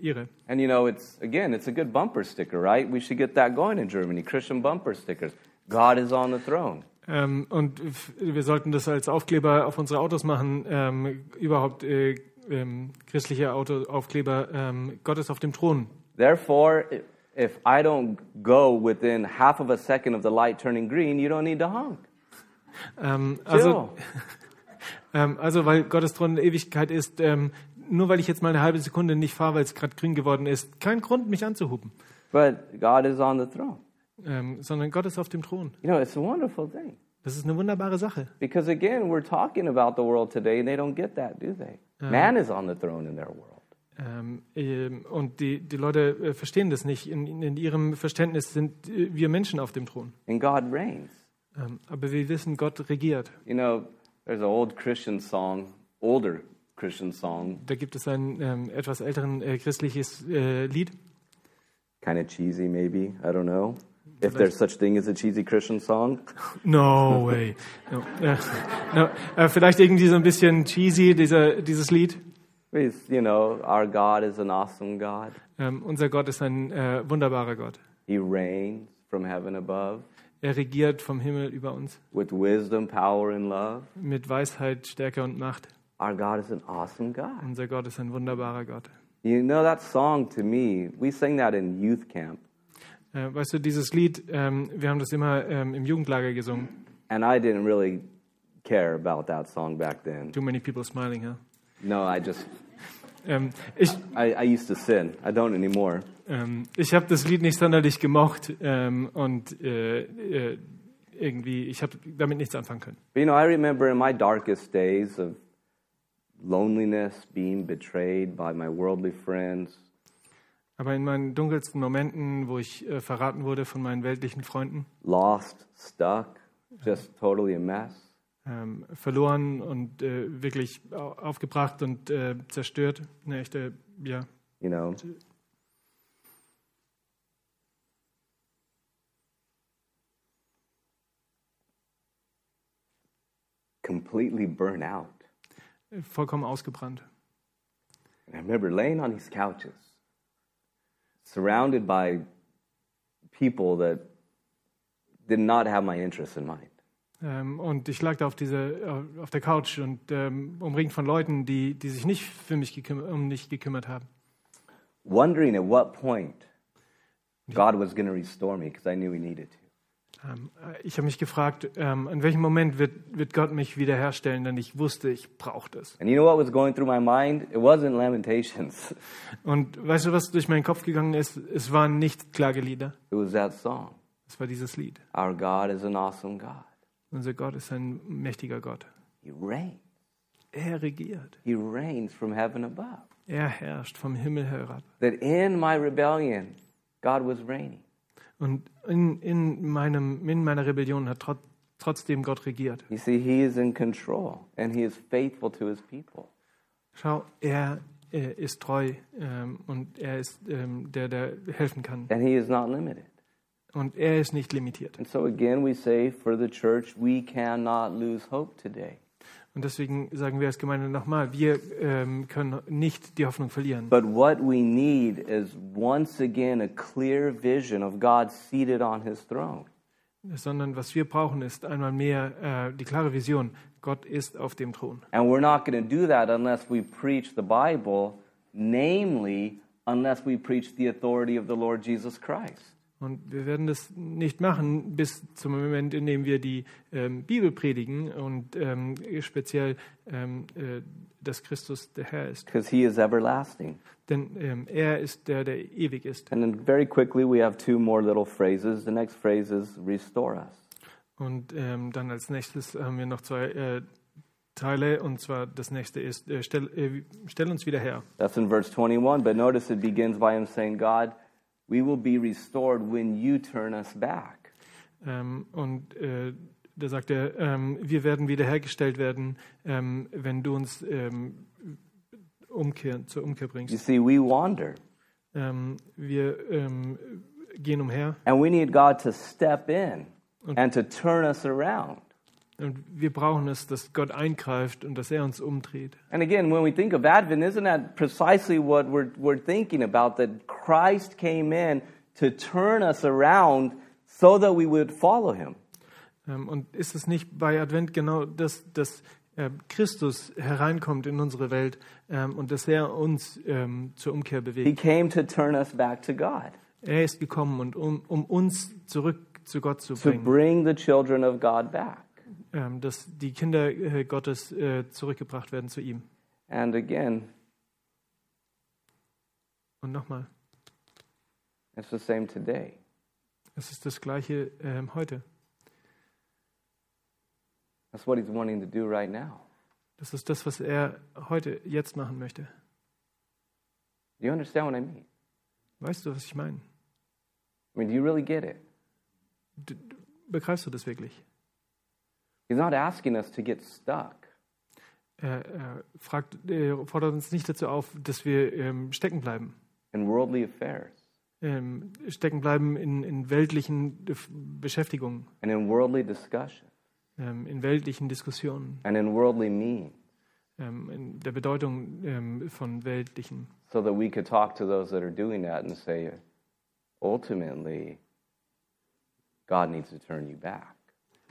Ehre. And you know, it's again, it's a good bumper sticker, right? We should get that going in Germany Christian bumper stickers. God is on the throne. Ähm, und f- wir sollten das als Aufkleber auf unsere Autos machen. Ähm, überhaupt äh, ähm, christliche Auto Aufkleber. Ähm, Gott ist auf dem Thron. Therefore, i- if I don't go within half of a second of the light turning green, you don't need to honk. Ähm, also, Chill. ähm, also weil Gottes Thron in Ewigkeit ist, ähm, nur weil ich jetzt mal eine halbe Sekunde nicht fahre, weil es gerade grün geworden ist, kein Grund, mich anzuhupen. But God is on the throne. Ähm, sondern Gott ist auf dem Thron. You know, it's a wonderful thing. Das ist eine wunderbare Sache. Because again, we're talking about the world today, and they don't get that, do they? Man is on the throne in their world. Ähm, ähm, und die, die Leute äh, verstehen das nicht. In, in- in ihrem Verständnis sind äh, wir Menschen auf dem Thron. And God reigns. Ähm, aber wir wissen, Gott regiert. You know, there's an old Christian song, older Christian song, Da gibt es ein ähm, etwas älteren äh, christliches äh, Lied. kind of cheesy maybe, I don't know. If there's such thing as a cheesy Christian song. No way. No. Äh, no. Äh, vielleicht irgendwie so ein bisschen cheesy, dieser, dieses Lied. It's, you know, our God is an awesome God. Ähm, unser Gott ist ein äh, wunderbarer Gott. He reigns from heaven above Er regiert vom Himmel über uns with wisdom, power, and love. mit Weisheit, Stärke und Macht. Our God is an awesome God. Unser Gott ist ein wunderbarer Gott. You know that song to me, we sang that in youth camp, Äh, weißt du, dieses Lied, ähm, wir haben das immer ähm, im Jugendlager gesungen. and I didn't really care about that song back then. Too many people smiling, ja. No, I just, Ähm, ich I, I used to sin. I don't anymore. ähm, ich habe das Lied nicht sonderlich gemocht ähm, und äh, äh, irgendwie, ich habe damit nichts anfangen können. But you know, I remember in my darkest days of loneliness, being betrayed by my worldly friends, Aber in meinen dunkelsten Momenten, wo ich äh, verraten wurde von meinen weltlichen Freunden, lost, stuck, just totally a mess. ähm, verloren und äh, wirklich au- aufgebracht und äh, zerstört, eine echte, ja, you know. Completely burnt out. vollkommen ausgebrannt. And I remember laying on these couches, surrounded by people that did not have my interests in mind. Ähm, und ich lag da auf, dieser, äh, auf der Couch und ähm, umringt von Leuten, die, die sich nicht für mich gekümmert, um mich gekümmert haben. Wondering at what point God was going to restore me because I knew He needed to. Ähm, äh, ich habe mich gefragt, ähm, in welchem Moment wird, wird Gott mich wiederherstellen, denn ich wusste, ich brauche das. And you know what was going through my mind? It wasn't Lamentations, Und weißt du, was durch meinen Kopf gegangen ist? Es waren nicht Klagelieder, it was that song. es war dieses Lied. Our God is an awesome God. Unser Gott ist ein mächtiger Gott. He reigns. Er regiert, He reigns from heaven above. er herrscht vom Himmel herab. That in my rebellion, God was reigning. Und in, in, meinem, in meiner Rebellion hat trot, trotzdem Gott regiert. You see, He is in control and He is faithful to His people. Schau, er äh, ist treu ähm, und er ist ähm, der, der helfen kann. And He is not limited. Und er ist nicht limitiert. And so, again, we say for the church, we cannot lose hope today. Und deswegen sagen wir als Gemeinde nochmal, wir ähm, können nicht die Hoffnung verlieren. But what we need is once again a clear vision of God seated on his throne. Sondern was wir brauchen, ist einmal mehr äh, die klare Vision. Gott ist auf dem Thron. And we're not going to do that unless we preach the Bible, namely, unless we preach the authority of the Lord Jesus Christ. Und wir werden das nicht machen bis zum Moment, in dem wir die ähm, Bibel predigen und ähm, speziell, ähm, äh, dass Christus der Herr ist. because he is everlasting. Denn ähm, er ist der, der ewig ist. And then very quickly, we have two more little phrases. The next phrase is restore us. Und ähm, dann als nächstes haben wir noch zwei äh, Teile. Und zwar das nächste ist, äh, stell, äh, stell uns wieder her. That's in verse 21, but notice it begins by him saying, God, we will be restored when you turn us back. Ähm, und äh, da sagt er, ähm, wir werden wiederhergestellt werden, ähm, wenn du uns ähm, umkehr, zur Umkehr You bringst. see, we wander, Ähm, wir ähm, gehen umher and we need God to step in and to turn us around. und wir brauchen es, dass Gott eingreift und dass er uns umdreht. And again, when we think of Advent, isn't that precisely what we're, we're thinking about? That Christ came in to turn us around so that we would follow him. Ähm, und ist es nicht bei Advent genau das, dass äh, Christus hereinkommt in unsere Welt ähm, und dass er uns ähm, zur Umkehr He bewegt? came to turn us back to God, Er ist gekommen, und um, um uns zurück zu Gott zu to bringen, bring the children of God back. ähm, dass die Kinder äh, Gottes äh, zurückgebracht werden zu ihm. And again, Und nochmal, it's the same today. es ist das Gleiche ähm, heute. That's what he's wanting to do right now. Das ist das, was er heute, jetzt machen möchte. Do you understand what I mean? Weißt du, was ich meine? I mean, do you really get it? Du, du, begreifst du das wirklich? He's not asking us to get stuck. Er, er fragt, er fordert uns nicht dazu auf, dass wir ähm, stecken bleiben. in worldly affairs Ähm, stecken bleiben in, in weltlichen äh, Beschäftigungen, and in worldly discussion ähm, in weltlichen Diskussionen, and in worldly means ähm, in der Bedeutung ähm, von weltlichen. so that we could talk to those that are doing that and say, ultimately, God needs to turn you back.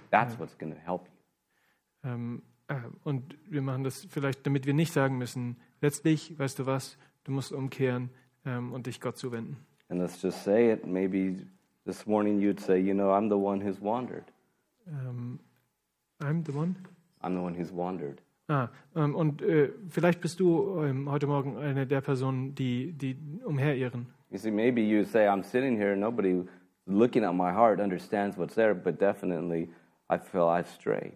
That's what's going to help you. Ähm, äh, und wir machen das vielleicht, damit wir nicht sagen müssen, letztlich, weißt du was, du musst umkehren ähm, und dich Gott zuwenden. And let's just say it. Maybe this morning you'd say, you know, I'm the one who's wandered. Ähm, I'm the one. I'm the one who's wandered. Ah, ähm, und äh, vielleicht bist du ähm, heute Morgen eine der Personen, die, die umherirren. You see, maybe you say, I'm sitting here, nobody looking at my heart understands what's there, but definitely I feel I've strayed.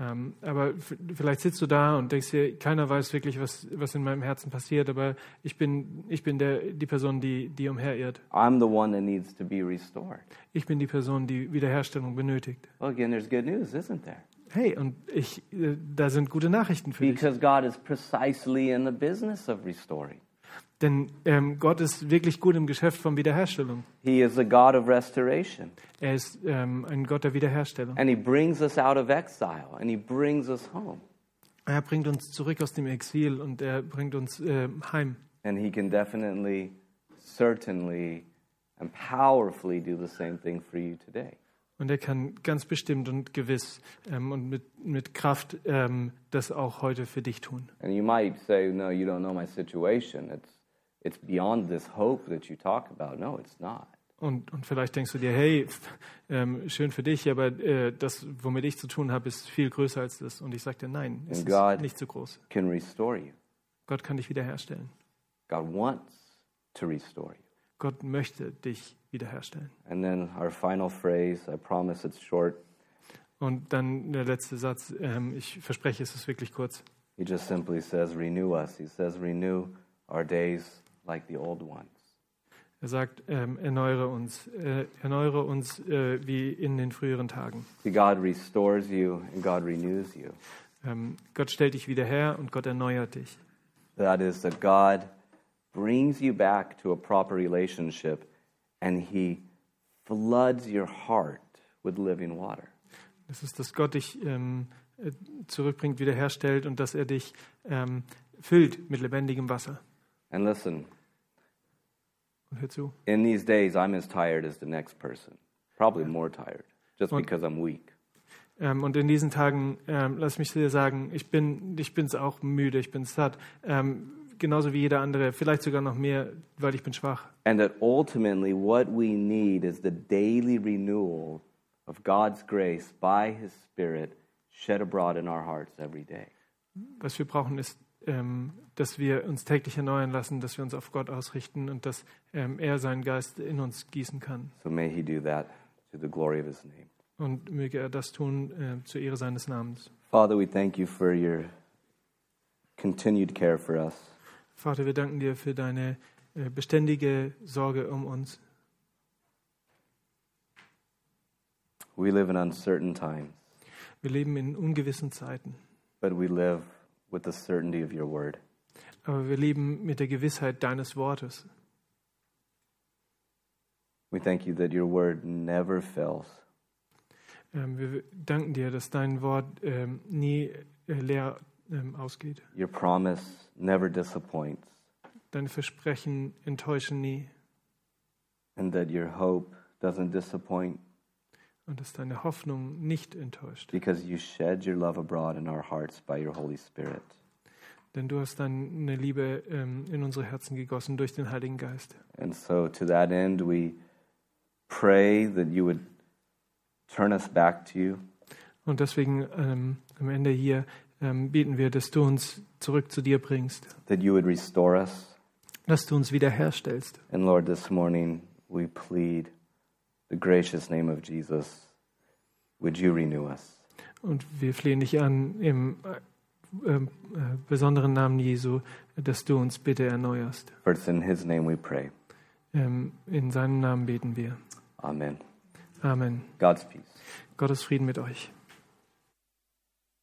Ähm, aber f- vielleicht sitzt du da und denkst dir, keiner weiß wirklich, was, was in meinem Herzen passiert, aber ich bin, ich bin der, die Person, die, die umherirrt. I'm the one that needs to be restored. Ich bin die Person, die Wiederherstellung benötigt. Well, again, there's good news, isn't there? Hey, und ich, äh, da sind gute Nachrichten für dich. Because God is precisely in the business of restoring. Denn ähm, Gott ist wirklich gut im Geschäft von Wiederherstellung. He is a God of restoration. Er ist ähm, ein Gott der Wiederherstellung. And He brings us out of exile and He brings us home. Er bringt uns zurück aus dem Exil und er bringt uns äh, heim. And He can definitely, certainly, and powerfully do the same thing for you today. Und er kann ganz bestimmt und gewiss ähm, und mit, mit Kraft ähm, das auch heute für dich tun. And you might say, No, you don't know my situation. It's, it's beyond this hope that you talk about. No, it's not. Und, und vielleicht denkst du dir, hey, pf, ähm, schön für dich, aber äh, das, womit ich zu tun habe, ist viel größer als das. Und ich sage dir, nein, es And God- ist nicht so groß. Can restore you. Gott kann dich wiederherstellen. God wants to restore you. Gott möchte dich wiederherstellen. And then our final phrase, I promise it's short. Und dann der letzte Satz, ähm, ich verspreche, es ist wirklich kurz. He just simply says, renew us. He says, renew our days like the old ones. Er sagt, ähm, erneuere uns, äh, erneuere uns äh, wie in den früheren Tagen. See, God restores you and God renews you. Ähm, Gott stellt dich wieder her und Gott erneuert dich. That is, that God brings you back to a proper relationship and He floods your heart with living water. Das ist, dass Gott dich ähm, äh, äh, zurückbringt, wiederherstellt und dass er dich ähm, füllt mit lebendigem Wasser. And listen, Und hör zu. in these days, I'm as tired as the next person, probably more tired, just Und- because I'm weak. Ähm, und in diesen Tagen, ähm, lass mich dir sagen, ich bin ich bin's auch müde, ich bin satt. Ähm, genauso wie jeder andere, vielleicht sogar noch mehr, weil ich bin schwach. And that ultimately, what we need is the daily renewal of God's grace by His Spirit shed abroad in our hearts every day. Was wir brauchen ist, ähm, dass wir uns täglich erneuern lassen, dass wir uns auf Gott ausrichten und dass ähm, er seinen Geist in uns gießen kann. So may He do that to the glory of His name. Und möge er das tun äh, zur Ehre seines Namens. Father, we thank you for your continued care for us. Vater, wir danken dir für deine äh, beständige Sorge um uns. We live in uncertain times, Wir leben in ungewissen Zeiten, but we live with the certainty of your word. aber wir leben mit der Gewissheit deines Wortes. We thank you that your word never fails. Ähm, wir danken dir, dass dein Wort ähm, nie äh, leer ähm, ausgeht. Your promise never disappoints, Deine Versprechen enttäuschen nie and that your hope doesn't disappoint und dass deine Hoffnung nicht enttäuscht. because you shed your love abroad in our hearts by your Holy Spirit. Denn du hast deine Liebe ähm, in unsere Herzen gegossen durch den Heiligen Geist. And so, to that end, we pray that you would turn us back to you, Und deswegen ähm, am Ende hier ähm, beten wir, dass du uns zurück zu dir bringst, that you would restore us. dass du uns wiederherstellst. And Lord, this morning we plead the gracious name of Jesus. Would you renew us? Und wir flehen dich an im äh, ähm, äh, besonderen Namen Jesu, dass du uns bitte erneuerst. For it's in his name we pray. Ähm, in seinem Namen beten wir. Amen. Amen. God's peace. Gottes Frieden mit euch.